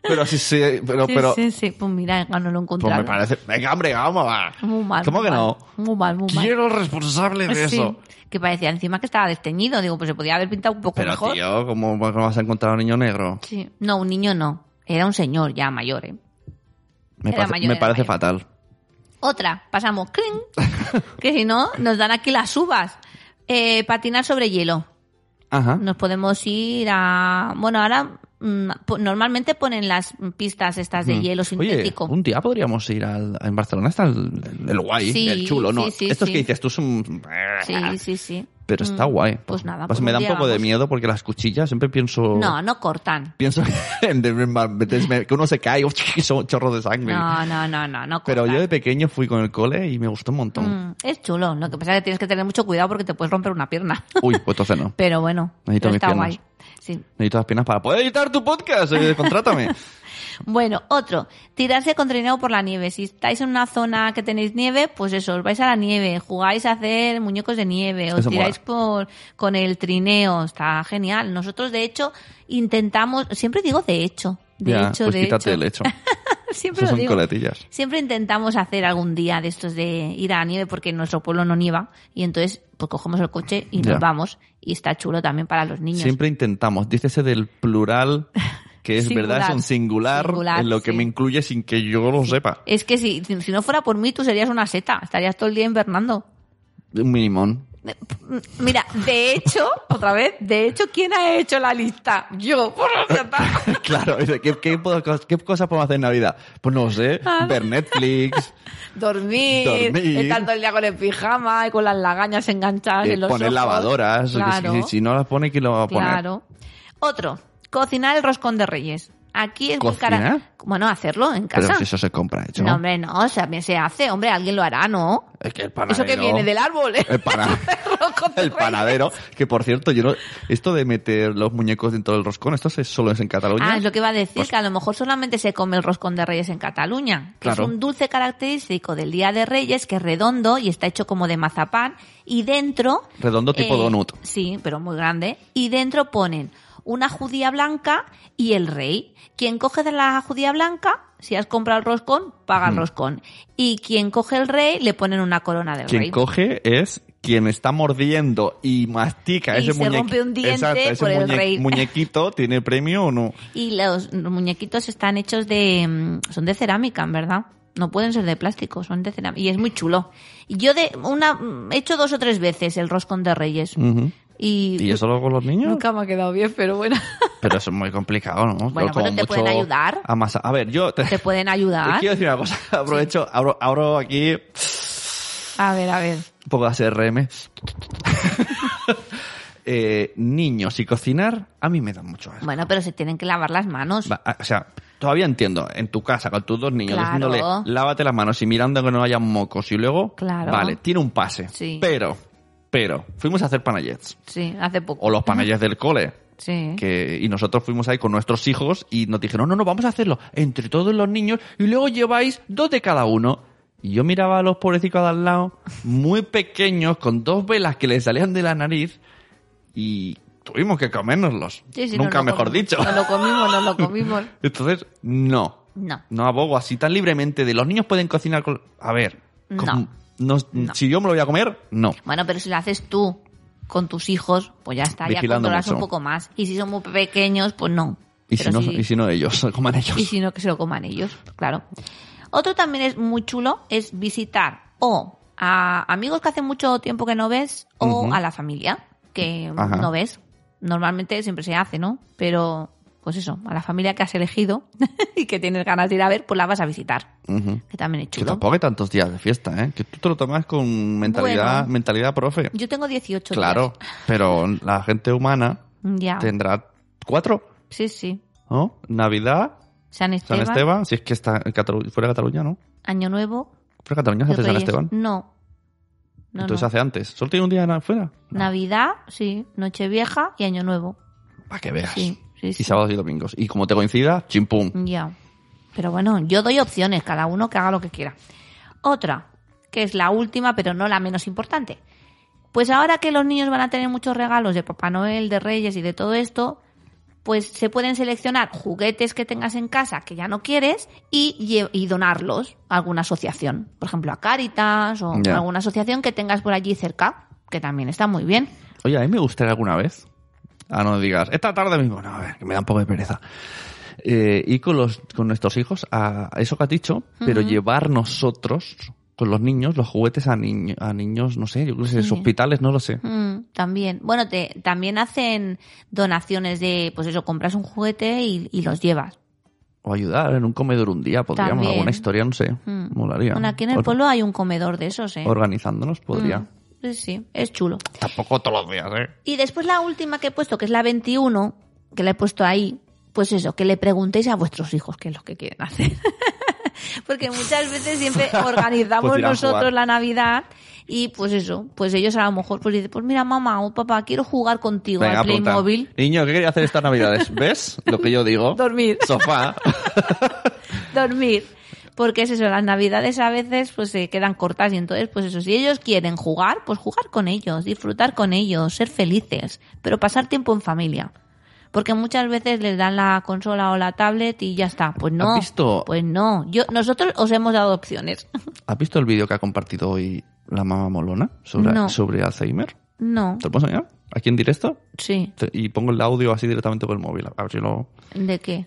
[SPEAKER 2] pero sí, sí, pero,
[SPEAKER 1] sí,
[SPEAKER 2] pero
[SPEAKER 1] sí, sí. Pues mira, no lo
[SPEAKER 2] pues me
[SPEAKER 1] encontraron.
[SPEAKER 2] parece. Venga, hombre, vamos, va.
[SPEAKER 1] Muy mal.
[SPEAKER 2] ¿Cómo
[SPEAKER 1] muy
[SPEAKER 2] que
[SPEAKER 1] mal.
[SPEAKER 2] no?
[SPEAKER 1] Muy mal, muy mal.
[SPEAKER 2] Quiero el responsable de
[SPEAKER 1] Sí,
[SPEAKER 2] eso.
[SPEAKER 1] que parecía encima que estaba desteñido. Digo, pues se podía haber pintado un poco
[SPEAKER 2] Pero
[SPEAKER 1] mejor.
[SPEAKER 2] tío, ¿cómo cómo vas a encontrar a un niño negro?
[SPEAKER 1] Sí. No, un niño no. Era un señor ya mayor, ¿eh?
[SPEAKER 2] Me
[SPEAKER 1] Era
[SPEAKER 2] parece,
[SPEAKER 1] mayor,
[SPEAKER 2] me
[SPEAKER 1] era
[SPEAKER 2] parece
[SPEAKER 1] mayor.
[SPEAKER 2] fatal.
[SPEAKER 1] Otra, pasamos.
[SPEAKER 2] (laughs)
[SPEAKER 1] ¡cling! que si no, nos dan aquí las uvas. Eh, patinar sobre hielo.
[SPEAKER 2] Ajá.
[SPEAKER 1] Nos podemos ir a... Bueno, ahora mm, po- normalmente ponen las pistas estas de hielo
[SPEAKER 2] Mm. Oye,
[SPEAKER 1] sintético.
[SPEAKER 2] un día podríamos ir al, en Barcelona hasta el, el- el guay,
[SPEAKER 1] Sí,
[SPEAKER 2] el chulo, ¿no?
[SPEAKER 1] sí, sí,
[SPEAKER 2] Estos
[SPEAKER 1] sí.
[SPEAKER 2] que dices tú son...
[SPEAKER 1] Sí, sí, sí.
[SPEAKER 2] Pero está
[SPEAKER 1] Mm,
[SPEAKER 2] guay.
[SPEAKER 1] Pues nada.
[SPEAKER 2] Pues
[SPEAKER 1] pues
[SPEAKER 2] me da un
[SPEAKER 1] día
[SPEAKER 2] poco de
[SPEAKER 1] vamos.
[SPEAKER 2] miedo porque las cuchillas siempre pienso...
[SPEAKER 1] No, no cortan.
[SPEAKER 2] Pienso (laughs) en desme- que uno se cae (laughs) y son chorros de sangre.
[SPEAKER 1] No, no, no, no, no
[SPEAKER 2] Pero
[SPEAKER 1] cortan.
[SPEAKER 2] yo de pequeño fui con el cole y me gustó un montón.
[SPEAKER 1] Mm, es chulo. Lo que pasa es que tienes que tener mucho cuidado porque te puedes romper una pierna.
[SPEAKER 2] Uy, pues entonces no.
[SPEAKER 1] (laughs) Pero bueno,
[SPEAKER 2] Necesito
[SPEAKER 1] pero
[SPEAKER 2] mis
[SPEAKER 1] está
[SPEAKER 2] piernas.
[SPEAKER 1] guay. Sí.
[SPEAKER 2] Necesito las piernas para poder editar tu podcast. eh, contrátame.
[SPEAKER 1] Bueno, otro. Tirarse con trineo por la nieve. Si estáis en una zona que tenéis nieve, pues eso, os vais a la nieve, jugáis a hacer muñecos de nieve, os
[SPEAKER 2] Eso mola.
[SPEAKER 1] tiráis por, con el trineo. Está genial. Nosotros, de hecho, intentamos... Siempre digo de hecho. (laughs) De
[SPEAKER 2] Ya,
[SPEAKER 1] hecho,
[SPEAKER 2] pues
[SPEAKER 1] de
[SPEAKER 2] quítate
[SPEAKER 1] hecho.
[SPEAKER 2] el hecho.
[SPEAKER 1] (laughs) Siempre
[SPEAKER 2] Esas
[SPEAKER 1] lo
[SPEAKER 2] son
[SPEAKER 1] digo.
[SPEAKER 2] coletillas.
[SPEAKER 1] Siempre intentamos hacer algún día de estos de ir a la nieve porque en nuestro pueblo no nieva y entonces pues cogemos el coche y
[SPEAKER 2] Ya.
[SPEAKER 1] nos vamos y está chulo también para los niños.
[SPEAKER 2] Siempre intentamos. Dícese del plural, que es
[SPEAKER 1] Singular.
[SPEAKER 2] verdad, es un singular,
[SPEAKER 1] Singular,
[SPEAKER 2] en lo que
[SPEAKER 1] sí.
[SPEAKER 2] me incluye sin que yo lo sepa.
[SPEAKER 1] Es que si, si no fuera por mí tú serías una seta, estarías todo el día invernando.
[SPEAKER 2] Un minimón. (laughs)
[SPEAKER 1] Mira, de hecho, otra vez, de hecho, ¿quién ha hecho la lista? Yo, por la seta.
[SPEAKER 2] (laughs) Claro, dice, ¿qué, qué, puedo- qué cosas podemos hacer en Navidad? Pues
[SPEAKER 1] (laughs)
[SPEAKER 2] no sé,
[SPEAKER 1] Ah.
[SPEAKER 2] ver Netflix,
[SPEAKER 1] Dormir,
[SPEAKER 2] Dormir.
[SPEAKER 1] estar todo el día con el pijama y con las lagañas enganchadas
[SPEAKER 2] eh,
[SPEAKER 1] en los
[SPEAKER 2] poner
[SPEAKER 1] ojos.
[SPEAKER 2] lavadoras. que
[SPEAKER 1] Claro.
[SPEAKER 2] si, si no las pone, ¿quién lo va a poner?
[SPEAKER 1] Claro. Otro, cocinar el roscón de reyes. Aquí es muy cara.
[SPEAKER 2] ¿Cocinar?
[SPEAKER 1] Bueno, hacerlo en casa.
[SPEAKER 2] Pero si eso se compra hecho.
[SPEAKER 1] No, hombre, no, o sea, bien se hace, hombre, alguien lo hará, ¿no?
[SPEAKER 2] Es que el panadero...
[SPEAKER 1] Eso que viene del árbol, ¿eh?
[SPEAKER 2] El,
[SPEAKER 1] (laughs)
[SPEAKER 2] pana-
[SPEAKER 1] Roscón de
[SPEAKER 2] (laughs) el
[SPEAKER 1] Reyes.
[SPEAKER 2] panadero, que por cierto, yo no- esto de meter los muñecos dentro del roscón, esto se- solo es en Cataluña.
[SPEAKER 1] Ah, es lo que iba a decir,
[SPEAKER 2] Pues-
[SPEAKER 1] que a lo mejor solamente se come el roscón de reyes en Cataluña, que
[SPEAKER 2] Claro.
[SPEAKER 1] es un dulce característico del Día de Reyes, que es redondo y está hecho como de mazapán, y dentro...
[SPEAKER 2] Redondo tipo
[SPEAKER 1] eh,
[SPEAKER 2] donut.
[SPEAKER 1] Sí, pero muy grande, y dentro ponen una judía blanca y el rey. Quien coge de la judía blanca si has comprado el roscón, paga el roscón. Y quien coge el rey, le ponen una corona del
[SPEAKER 2] Quien
[SPEAKER 1] rey.
[SPEAKER 2] coge es quien está mordiendo y mastica
[SPEAKER 1] Y
[SPEAKER 2] ese
[SPEAKER 1] se
[SPEAKER 2] muñequi-
[SPEAKER 1] rompe un diente
[SPEAKER 2] Exacto, ese
[SPEAKER 1] por el
[SPEAKER 2] muñe-
[SPEAKER 1] rey.
[SPEAKER 2] muñequito tiene premio o no.
[SPEAKER 1] Y los muñequitos están hechos de... mm, son de cerámica, en verdad. No pueden ser de plástico, son de cerámica. Y es muy chulo. Y Yo de una mm, he hecho dos o tres veces el roscón de reyes.
[SPEAKER 2] Ujú.
[SPEAKER 1] Y,
[SPEAKER 2] ¿Y eso lo con los niños?
[SPEAKER 1] nunca me ha quedado bien, pero bueno.
[SPEAKER 2] Pero eso es muy complicado, ¿no?
[SPEAKER 1] Bueno, pero
[SPEAKER 2] Yo como
[SPEAKER 1] te pueden
[SPEAKER 2] mucho
[SPEAKER 1] ayudar.
[SPEAKER 2] amasa- A ver, yo te,
[SPEAKER 1] Te pueden
[SPEAKER 2] te
[SPEAKER 1] ayudar.
[SPEAKER 2] (laughs) quiero decir una cosa. Aprovecho, abro, abro aquí un
[SPEAKER 1] A ver, a ver.
[SPEAKER 2] poco
[SPEAKER 1] (laughs)
[SPEAKER 2] de ASRM. (laughs) eh, niños y cocinar, a mí me da mucho asco.
[SPEAKER 1] Bueno, pero se tienen que lavar las manos.
[SPEAKER 2] Va, a- O sea, todavía entiendo, en tu casa con tus dos niños
[SPEAKER 1] Claro.
[SPEAKER 2] diciéndole lávate las manos y mirando que no haya mocos y luego,
[SPEAKER 1] Claro.
[SPEAKER 2] vale, tiene un pase.
[SPEAKER 1] Sí.
[SPEAKER 2] Pero, pero, fuimos a hacer panayets.
[SPEAKER 1] Sí, hace poco.
[SPEAKER 2] O los panayets del cole.
[SPEAKER 1] Sí.
[SPEAKER 2] Que, y nosotros fuimos ahí con nuestros hijos y nos dijeron, no, no, vamos a hacerlo entre todos los niños y luego lleváis dos de cada uno. Y yo miraba a los pobrecitos de al lado, muy pequeños, con dos velas que les salían de la nariz y tuvimos que comérnoslos.
[SPEAKER 1] Sí, sí,
[SPEAKER 2] Nunca
[SPEAKER 1] nos lo
[SPEAKER 2] mejor
[SPEAKER 1] comimos. (laughs)
[SPEAKER 2] dicho.
[SPEAKER 1] Nos lo comimos, nos lo
[SPEAKER 2] (laughs)
[SPEAKER 1] comimos.
[SPEAKER 2] Entonces, no.
[SPEAKER 1] No.
[SPEAKER 2] No abogo así tan libremente de los niños pueden cocinar con... A ver.
[SPEAKER 1] No.
[SPEAKER 2] con- no- Si yo me lo voy a comer, no.
[SPEAKER 1] Bueno, pero si lo haces tú con tus hijos, pues ya está, ya
[SPEAKER 2] Vigilando
[SPEAKER 1] controlas un
[SPEAKER 2] mucho.
[SPEAKER 1] poco más. Y si son muy pequeños, pues no.
[SPEAKER 2] Y si
[SPEAKER 1] Pero
[SPEAKER 2] no,
[SPEAKER 1] sí-
[SPEAKER 2] y si no ellos, (laughs) coman ellos.
[SPEAKER 1] y si no, que se lo coman ellos, claro. Otro también es muy chulo, es visitar o a amigos que hace mucho tiempo que no ves o
[SPEAKER 2] Ujú.
[SPEAKER 1] a la familia que
[SPEAKER 2] Ajá.
[SPEAKER 1] no ves. Normalmente siempre se hace, ¿no? Pero, pues eso, a la familia que has elegido (laughs) y que tienes ganas de ir a ver, pues la vas a visitar,
[SPEAKER 2] Ujú.
[SPEAKER 1] que también es
[SPEAKER 2] Que
[SPEAKER 1] chulo.
[SPEAKER 2] tampoco hay tantos días de fiesta, ¿eh? Que tú te lo tomas con mentalidad,
[SPEAKER 1] Bueno.
[SPEAKER 2] mentalidad profe.
[SPEAKER 1] Yo tengo 18
[SPEAKER 2] Claro, pero la gente humana
[SPEAKER 1] días. Ya.
[SPEAKER 2] tendrá cuatro,
[SPEAKER 1] Sí, sí.
[SPEAKER 2] ¿no? Navidad,
[SPEAKER 1] San
[SPEAKER 2] San
[SPEAKER 1] Esteban,
[SPEAKER 2] Esteban, si es que está en Catalu- fuera de Cataluña, ¿no?
[SPEAKER 1] Año Nuevo.
[SPEAKER 2] Fuera de Cataluña se hace San
[SPEAKER 1] Reyes.
[SPEAKER 2] Esteban.
[SPEAKER 1] No. No,
[SPEAKER 2] Entonces
[SPEAKER 1] no.
[SPEAKER 2] hace antes. ¿Solo tiene un día na- fuera?
[SPEAKER 1] Navidad, sí. Nochevieja y Año Nuevo.
[SPEAKER 2] Para que veas.
[SPEAKER 1] Sí, sí, sí.
[SPEAKER 2] Y sábados y domingos. Y como te coincida, chimpum.
[SPEAKER 1] Ya. Pero bueno, yo doy opciones, cada uno que haga lo que quiera. Otra, que es la última, pero no la menos importante. Pues ahora que los niños van a tener muchos regalos de Papá Noel, de Reyes y de todo esto, pues se pueden seleccionar juguetes que tengas en casa que ya no quieres y, lle- y donarlos a alguna asociación. Por ejemplo, a Caritas o
[SPEAKER 2] Ya.
[SPEAKER 1] alguna asociación que tengas por allí cerca, que también está muy bien.
[SPEAKER 2] Oye, a mí me gustaría alguna vez. Ah, no digas, esta tarde mismo. No, a ver, que me da un poco de pereza. Eh, ir con, los, con nuestros hijos a a eso que has dicho, pero llevar nosotros, con los niños, los juguetes a, niño- a niños, no sé, yo qué sé,
[SPEAKER 1] Sí.
[SPEAKER 2] hospitales, no lo sé.
[SPEAKER 1] Mm, también. Bueno, te, también hacen donaciones de, pues eso, compras un juguete y, y los llevas.
[SPEAKER 2] O ayudar en un comedor un día, podríamos.
[SPEAKER 1] También.
[SPEAKER 2] Alguna historia, no sé.
[SPEAKER 1] Mm.
[SPEAKER 2] Molaría.
[SPEAKER 1] Bueno, aquí en el
[SPEAKER 2] Or-
[SPEAKER 1] pueblo hay un comedor de esos, ¿eh?
[SPEAKER 2] Organizándonos, podría.
[SPEAKER 1] Mm, sí, sí, es chulo.
[SPEAKER 2] Tampoco todos los días, ¿eh?
[SPEAKER 1] Y después la última que he puesto, que es la 21, que la he puesto ahí, pues eso, que le preguntéis a vuestros hijos qué es lo que quieren hacer. (laughs) Porque muchas veces
[SPEAKER 2] (laughs)
[SPEAKER 1] siempre organizamos
[SPEAKER 2] Pues ir a
[SPEAKER 1] nosotros
[SPEAKER 2] jugar.
[SPEAKER 1] la Navidad y pues eso, pues ellos a lo mejor pues dicen, pues mira mamá o papá, quiero jugar contigo
[SPEAKER 2] Venga,
[SPEAKER 1] al
[SPEAKER 2] apunta.
[SPEAKER 1] Playmobil.
[SPEAKER 2] Niño, ¿qué quería hacer
[SPEAKER 1] (laughs)
[SPEAKER 2] estas navidades? ¿Ves lo que yo digo?
[SPEAKER 1] Dormir.
[SPEAKER 2] Sofá.
[SPEAKER 1] dormir. Porque es eso, las navidades a veces pues se quedan cortas y entonces pues eso, si ellos quieren jugar, pues jugar con ellos, disfrutar con ellos, ser felices, pero pasar tiempo en familia. Porque muchas veces les dan la consola o la tablet y ya está. Pues no.
[SPEAKER 2] ¿Has visto?
[SPEAKER 1] Pues no. Yo, nosotros os hemos dado opciones. (laughs)
[SPEAKER 2] ¿Has visto el vídeo que ha compartido hoy la mamá Molona sobre,
[SPEAKER 1] No.
[SPEAKER 2] sobre Alzheimer?
[SPEAKER 1] No.
[SPEAKER 2] ¿Te lo puedo enseñar? Aquí en directo.
[SPEAKER 1] Sí.
[SPEAKER 2] Te- Y pongo el audio así directamente por el móvil. A ver si lo...
[SPEAKER 1] ¿De qué?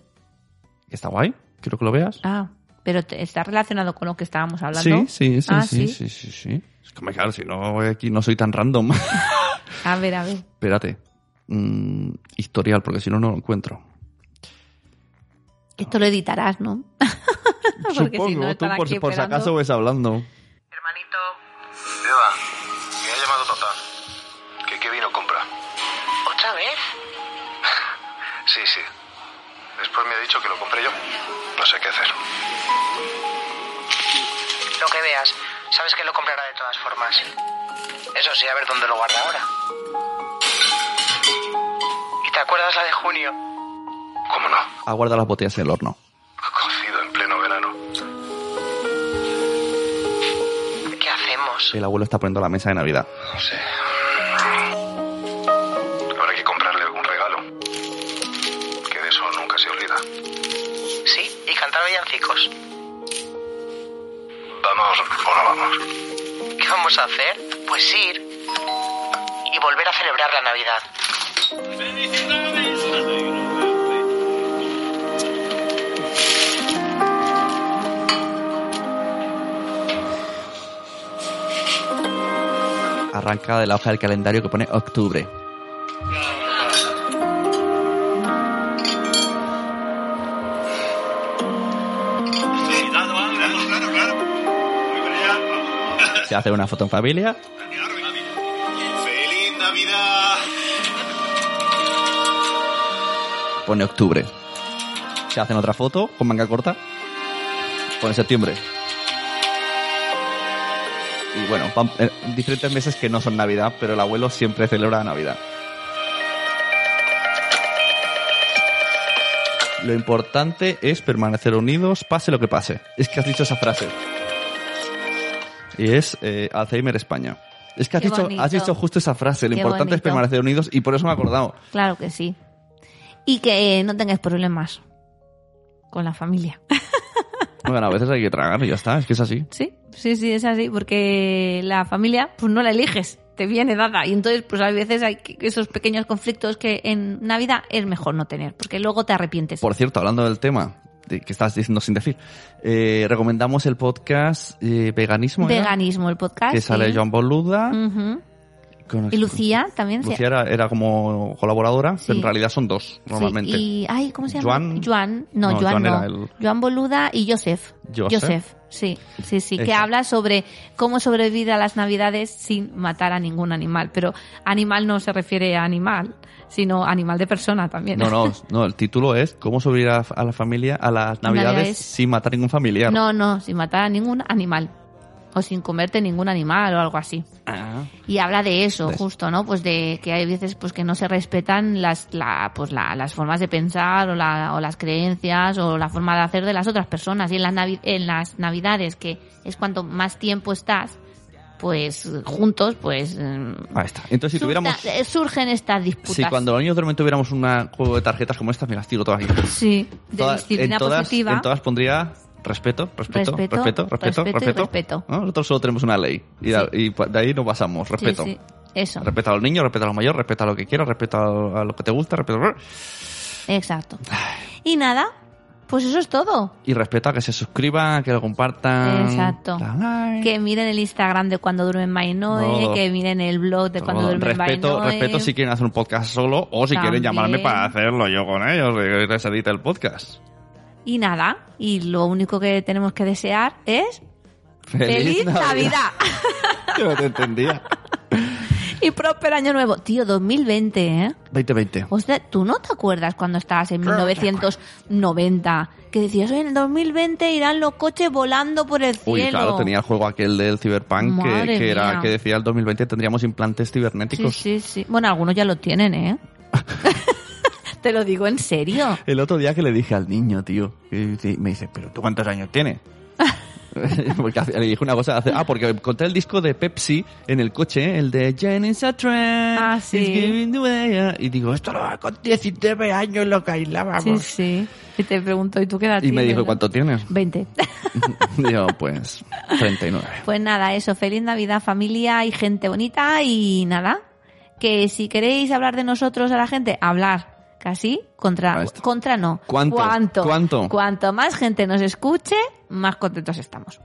[SPEAKER 2] Está guay. Quiero que lo veas.
[SPEAKER 1] Ah, pero te- está relacionado con lo que estábamos hablando.
[SPEAKER 2] sí, sí, sí,
[SPEAKER 1] Ah,
[SPEAKER 2] sí, sí, sí, sí. Es como, claro, si no, aquí no soy tan random. (laughs)
[SPEAKER 1] A ver, a ver.
[SPEAKER 2] Espérate. Mm, historial, porque si no, no lo encuentro.
[SPEAKER 1] Esto lo editarás, ¿no? (laughs) Ah, Porque si
[SPEAKER 2] Supongo,
[SPEAKER 1] no,
[SPEAKER 2] tú
[SPEAKER 1] están
[SPEAKER 2] por,
[SPEAKER 1] aquí
[SPEAKER 2] por si
[SPEAKER 1] esperando.
[SPEAKER 2] acaso ves hablando.
[SPEAKER 8] Hermanito. Eva, me ha llamado Tatán. Que qué vino compra. ¿Otra vez? (laughs) Sí, sí. Después me ha dicho que lo compré yo. No sé qué hacer. Lo que veas, sabes que lo comprará de todas formas. Eso sí, a ver dónde lo guarda ahora. ¿Y te acuerdas la de junio? ¿Cómo no?
[SPEAKER 2] Aguarda Ah, las botellas en el horno.
[SPEAKER 8] Cocido en pleno verano. ¿Qué hacemos?
[SPEAKER 2] El abuelo está poniendo la mesa de Navidad.
[SPEAKER 8] No sé. Habrá que comprarle algún regalo. Que de eso nunca se olvida. Sí, y cantar villancicos. quedarnos o no vamos.
[SPEAKER 9] ¿Qué vamos a hacer? Pues ir y volver a celebrar la Navidad.
[SPEAKER 2] Arranca de la hoja del calendario que pone octubre. Se hace una foto en familia.
[SPEAKER 5] ¡Feliz Navidad!
[SPEAKER 2] Pone octubre. Se hacen otra foto con manga corta. Pone septiembre. Y bueno, van- eh, diferentes meses que no son Navidad, pero el abuelo siempre celebra Navidad. Lo importante es permanecer unidos, pase lo que pase. Es que has dicho esa frase. Y es eh, Alzheimer España. Es que has
[SPEAKER 1] Qué
[SPEAKER 2] dicho,
[SPEAKER 1] bonito.
[SPEAKER 2] has dicho justo esa frase. Lo
[SPEAKER 1] Qué
[SPEAKER 2] importante es
[SPEAKER 1] bonito.
[SPEAKER 2] permanecer unidos y por eso me he acordado.
[SPEAKER 1] Claro que sí. Y que eh, no tengáis problemas con la familia.
[SPEAKER 2] Bueno, a veces hay que tragar y ya está, es que es así.
[SPEAKER 1] (laughs) Sí, sí, sí, es así, porque la familia, pues no la eliges, te viene dada. Y entonces, pues a veces hay que- esos pequeños conflictos que en Navidad es mejor no tener, porque luego te arrepientes.
[SPEAKER 2] Por cierto, hablando del tema de que estás diciendo sin decir, eh, recomendamos el podcast eh, Veganismo. ¿era?
[SPEAKER 1] Veganismo, el podcast.
[SPEAKER 2] Que sale
[SPEAKER 1] sí.
[SPEAKER 2] Joan Boluda.
[SPEAKER 1] Ujú.
[SPEAKER 2] con-
[SPEAKER 1] Y Lucía también. sí.
[SPEAKER 2] Lucía era, era como colaboradora,
[SPEAKER 1] Sí.
[SPEAKER 2] pero en realidad son dos
[SPEAKER 1] Sí,
[SPEAKER 2] normalmente.
[SPEAKER 1] y, ay, ¿cómo se llama?
[SPEAKER 2] Joan-
[SPEAKER 1] no,
[SPEAKER 2] no,
[SPEAKER 1] Joan,
[SPEAKER 2] Joan era
[SPEAKER 1] no.
[SPEAKER 2] el-
[SPEAKER 1] Joan Boluda y Joseph.
[SPEAKER 2] Joseph.
[SPEAKER 1] sí, sí, sí, que
[SPEAKER 2] Exacto.
[SPEAKER 1] habla sobre cómo sobrevivir a las Navidades sin matar a ningún animal, pero animal no se refiere a animal, sino animal de persona también. (laughs)
[SPEAKER 2] No, no, no, el título es ¿Cómo sobrevivir a, a la familia a las navidades,
[SPEAKER 1] Navidades.
[SPEAKER 2] sin matar ningún familiar?
[SPEAKER 1] No, no, sin matar a ningún animal. O sin comerte ningún animal o algo así.
[SPEAKER 2] Ah.
[SPEAKER 1] Y habla de eso,
[SPEAKER 2] De eso.
[SPEAKER 1] justo, ¿no? Pues de que hay veces pues que no se respetan las, la, pues la- las formas de pensar o, la- o las creencias o la forma de hacer de las otras personas. Y en las, navi- en las navidades, que es cuanto más tiempo estás, pues juntos, pues... em,
[SPEAKER 2] Ahí está. Entonces, si
[SPEAKER 1] surta-
[SPEAKER 2] tuviéramos.
[SPEAKER 1] eh, surgen estas disputas.
[SPEAKER 2] Si cuando los niños duermen tuviéramos un juego de tarjetas como estas, me las tiro todas aquí.
[SPEAKER 1] Sí, de
[SPEAKER 2] Todas-
[SPEAKER 1] disciplina
[SPEAKER 2] en todas,
[SPEAKER 1] positiva.
[SPEAKER 2] En todas pondría respeto,
[SPEAKER 1] Respeto,
[SPEAKER 2] respeto, respeto,
[SPEAKER 1] respeto
[SPEAKER 2] respeto, respeto.
[SPEAKER 1] y respeto.
[SPEAKER 2] ¿No? Nosotros solo tenemos una ley y,
[SPEAKER 1] Sí.
[SPEAKER 2] da- y pa- de ahí nos pasamos.
[SPEAKER 1] Sí,
[SPEAKER 2] Respeto.
[SPEAKER 1] sí, Eso,
[SPEAKER 2] Respeta a los niños, respeta a los mayores, respeta a lo que quieras, respeta a a lo que te gusta, respeta
[SPEAKER 1] exacto. Y nada, pues eso es todo.
[SPEAKER 2] y respeta a que se suscriban, que lo compartan.
[SPEAKER 1] Exacto.
[SPEAKER 2] La like.
[SPEAKER 1] Que miren el Instagram de cuando duermen Mainoe,
[SPEAKER 2] Todo.
[SPEAKER 1] que miren el blog de cuando
[SPEAKER 2] Todo.
[SPEAKER 1] duermen
[SPEAKER 2] respeto,
[SPEAKER 1] Mainoe.
[SPEAKER 2] respeto si quieren hacer un podcast solo o si
[SPEAKER 1] También.
[SPEAKER 2] quieren llamarme para hacerlo yo con ellos, eh, les edita el podcast.
[SPEAKER 1] Y nada, y lo único que tenemos que desear es feliz Navidad
[SPEAKER 2] (laughs) Yo no te entendía.
[SPEAKER 1] y próspero año nuevo. Tío, 2020, ¿eh?
[SPEAKER 2] 2020.
[SPEAKER 1] Hostia, ¿tú no te acuerdas cuando estabas en 1990 que decías, "Oye, en el 2020 irán los coches volando por el cielo?
[SPEAKER 2] Uy, claro, tenía el juego aquel del Cyberpunk que,
[SPEAKER 1] Madre
[SPEAKER 2] que era,
[SPEAKER 1] mía.
[SPEAKER 2] que decía el 2020 tendríamos implantes
[SPEAKER 1] Sí,
[SPEAKER 2] cibernéticos.
[SPEAKER 1] sí, sí. Bueno, algunos ya lo tienen,
[SPEAKER 2] (laughs)
[SPEAKER 1] ¿eh? (laughs) te lo digo en serio.
[SPEAKER 2] El otro día que le dije al niño, tío, y- y me dice, ¿pero tú cuántos años
[SPEAKER 1] (laughs)
[SPEAKER 2] tienes? (laughs) porque hace- le dije una cosa, hace- ah, porque encontré el disco de Pepsi en el coche, ¿eh? el de Jenny's a Trend.
[SPEAKER 1] Ah, sí.
[SPEAKER 2] it's giving away". Y digo, esto lo con 19 años lo que
[SPEAKER 1] Sí,
[SPEAKER 2] bailábamos.
[SPEAKER 1] sí. Y te pregunto, ¿y tú qué edad
[SPEAKER 2] y me
[SPEAKER 1] tienes,
[SPEAKER 2] dijo,
[SPEAKER 1] no?
[SPEAKER 2] ¿cuánto tienes? (laughs)
[SPEAKER 1] 20.
[SPEAKER 2] Digo, pues 39.
[SPEAKER 1] Pues nada, eso, feliz Navidad familia y gente bonita y nada, que si queréis hablar de nosotros a la gente, hablar, casi, contra,
[SPEAKER 2] Ahí está.
[SPEAKER 1] contra no.
[SPEAKER 2] ¿Cuánto?
[SPEAKER 1] ¿Cuánto?
[SPEAKER 2] ¿Cuánto?
[SPEAKER 1] Cuanto más gente nos escuche, más contentos estamos.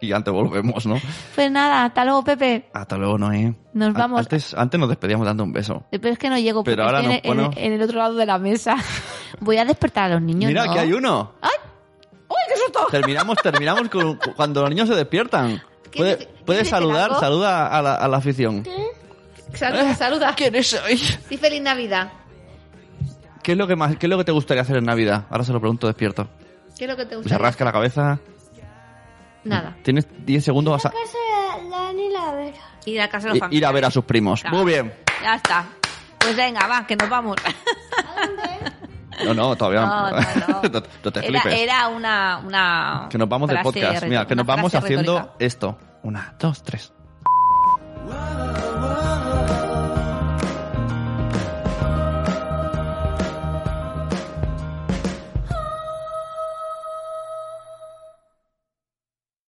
[SPEAKER 2] Y antes volvemos, ¿no?
[SPEAKER 1] Pues nada, hasta luego Pepe.
[SPEAKER 2] Hasta luego, Noé.
[SPEAKER 1] Nos
[SPEAKER 2] A-
[SPEAKER 1] vamos.
[SPEAKER 2] Antes, antes nos despedíamos dando un beso.
[SPEAKER 1] Pero es que no llego
[SPEAKER 2] Pero
[SPEAKER 1] porque
[SPEAKER 2] ahora
[SPEAKER 1] estoy
[SPEAKER 2] no,
[SPEAKER 1] en, en-
[SPEAKER 2] bueno.
[SPEAKER 1] en el otro lado de la
[SPEAKER 2] (laughs)
[SPEAKER 1] mesa. Voy a despertar a los niños.
[SPEAKER 2] Mira,
[SPEAKER 1] ¿no? Ah.
[SPEAKER 2] que hay uno.
[SPEAKER 1] ¡Uy, qué susto!
[SPEAKER 2] Terminamos, terminamos con, cuando los niños se despiertan.
[SPEAKER 1] ¿Quieres
[SPEAKER 2] Puede-
[SPEAKER 1] que-
[SPEAKER 2] Puedes
[SPEAKER 1] quieres que
[SPEAKER 2] saludar,
[SPEAKER 1] la hago?
[SPEAKER 2] saluda a la, a la afición.
[SPEAKER 1] Saluda, saluda.
[SPEAKER 2] Eh, ¿Quién es hoy?
[SPEAKER 1] Y feliz Navidad.
[SPEAKER 2] ¿Qué es lo que más, qué es lo que te gustaría hacer en Navidad? Ahora se lo pregunto despierto.
[SPEAKER 1] ¿Qué es lo que te gusta?
[SPEAKER 2] Se rasca la cabeza.
[SPEAKER 1] Nada.
[SPEAKER 2] Tienes 10 segundos a
[SPEAKER 1] Ir a casa de los
[SPEAKER 2] i- ir a ver a sus primos.
[SPEAKER 1] Claro.
[SPEAKER 2] Muy bien.
[SPEAKER 1] Ya está. Pues venga, va, que nos vamos. (laughs)
[SPEAKER 2] No, no, todavía
[SPEAKER 1] No,
[SPEAKER 2] (laughs)
[SPEAKER 1] no, no.
[SPEAKER 2] te
[SPEAKER 1] era,
[SPEAKER 2] flipes.
[SPEAKER 1] era una, una.
[SPEAKER 2] Que nos vamos del
[SPEAKER 1] frase
[SPEAKER 2] podcast.
[SPEAKER 1] reto-
[SPEAKER 2] Mira, que nos
[SPEAKER 1] una
[SPEAKER 2] vamos
[SPEAKER 1] frase
[SPEAKER 2] haciendo
[SPEAKER 1] retórica.
[SPEAKER 2] esto. Una, dos, tres.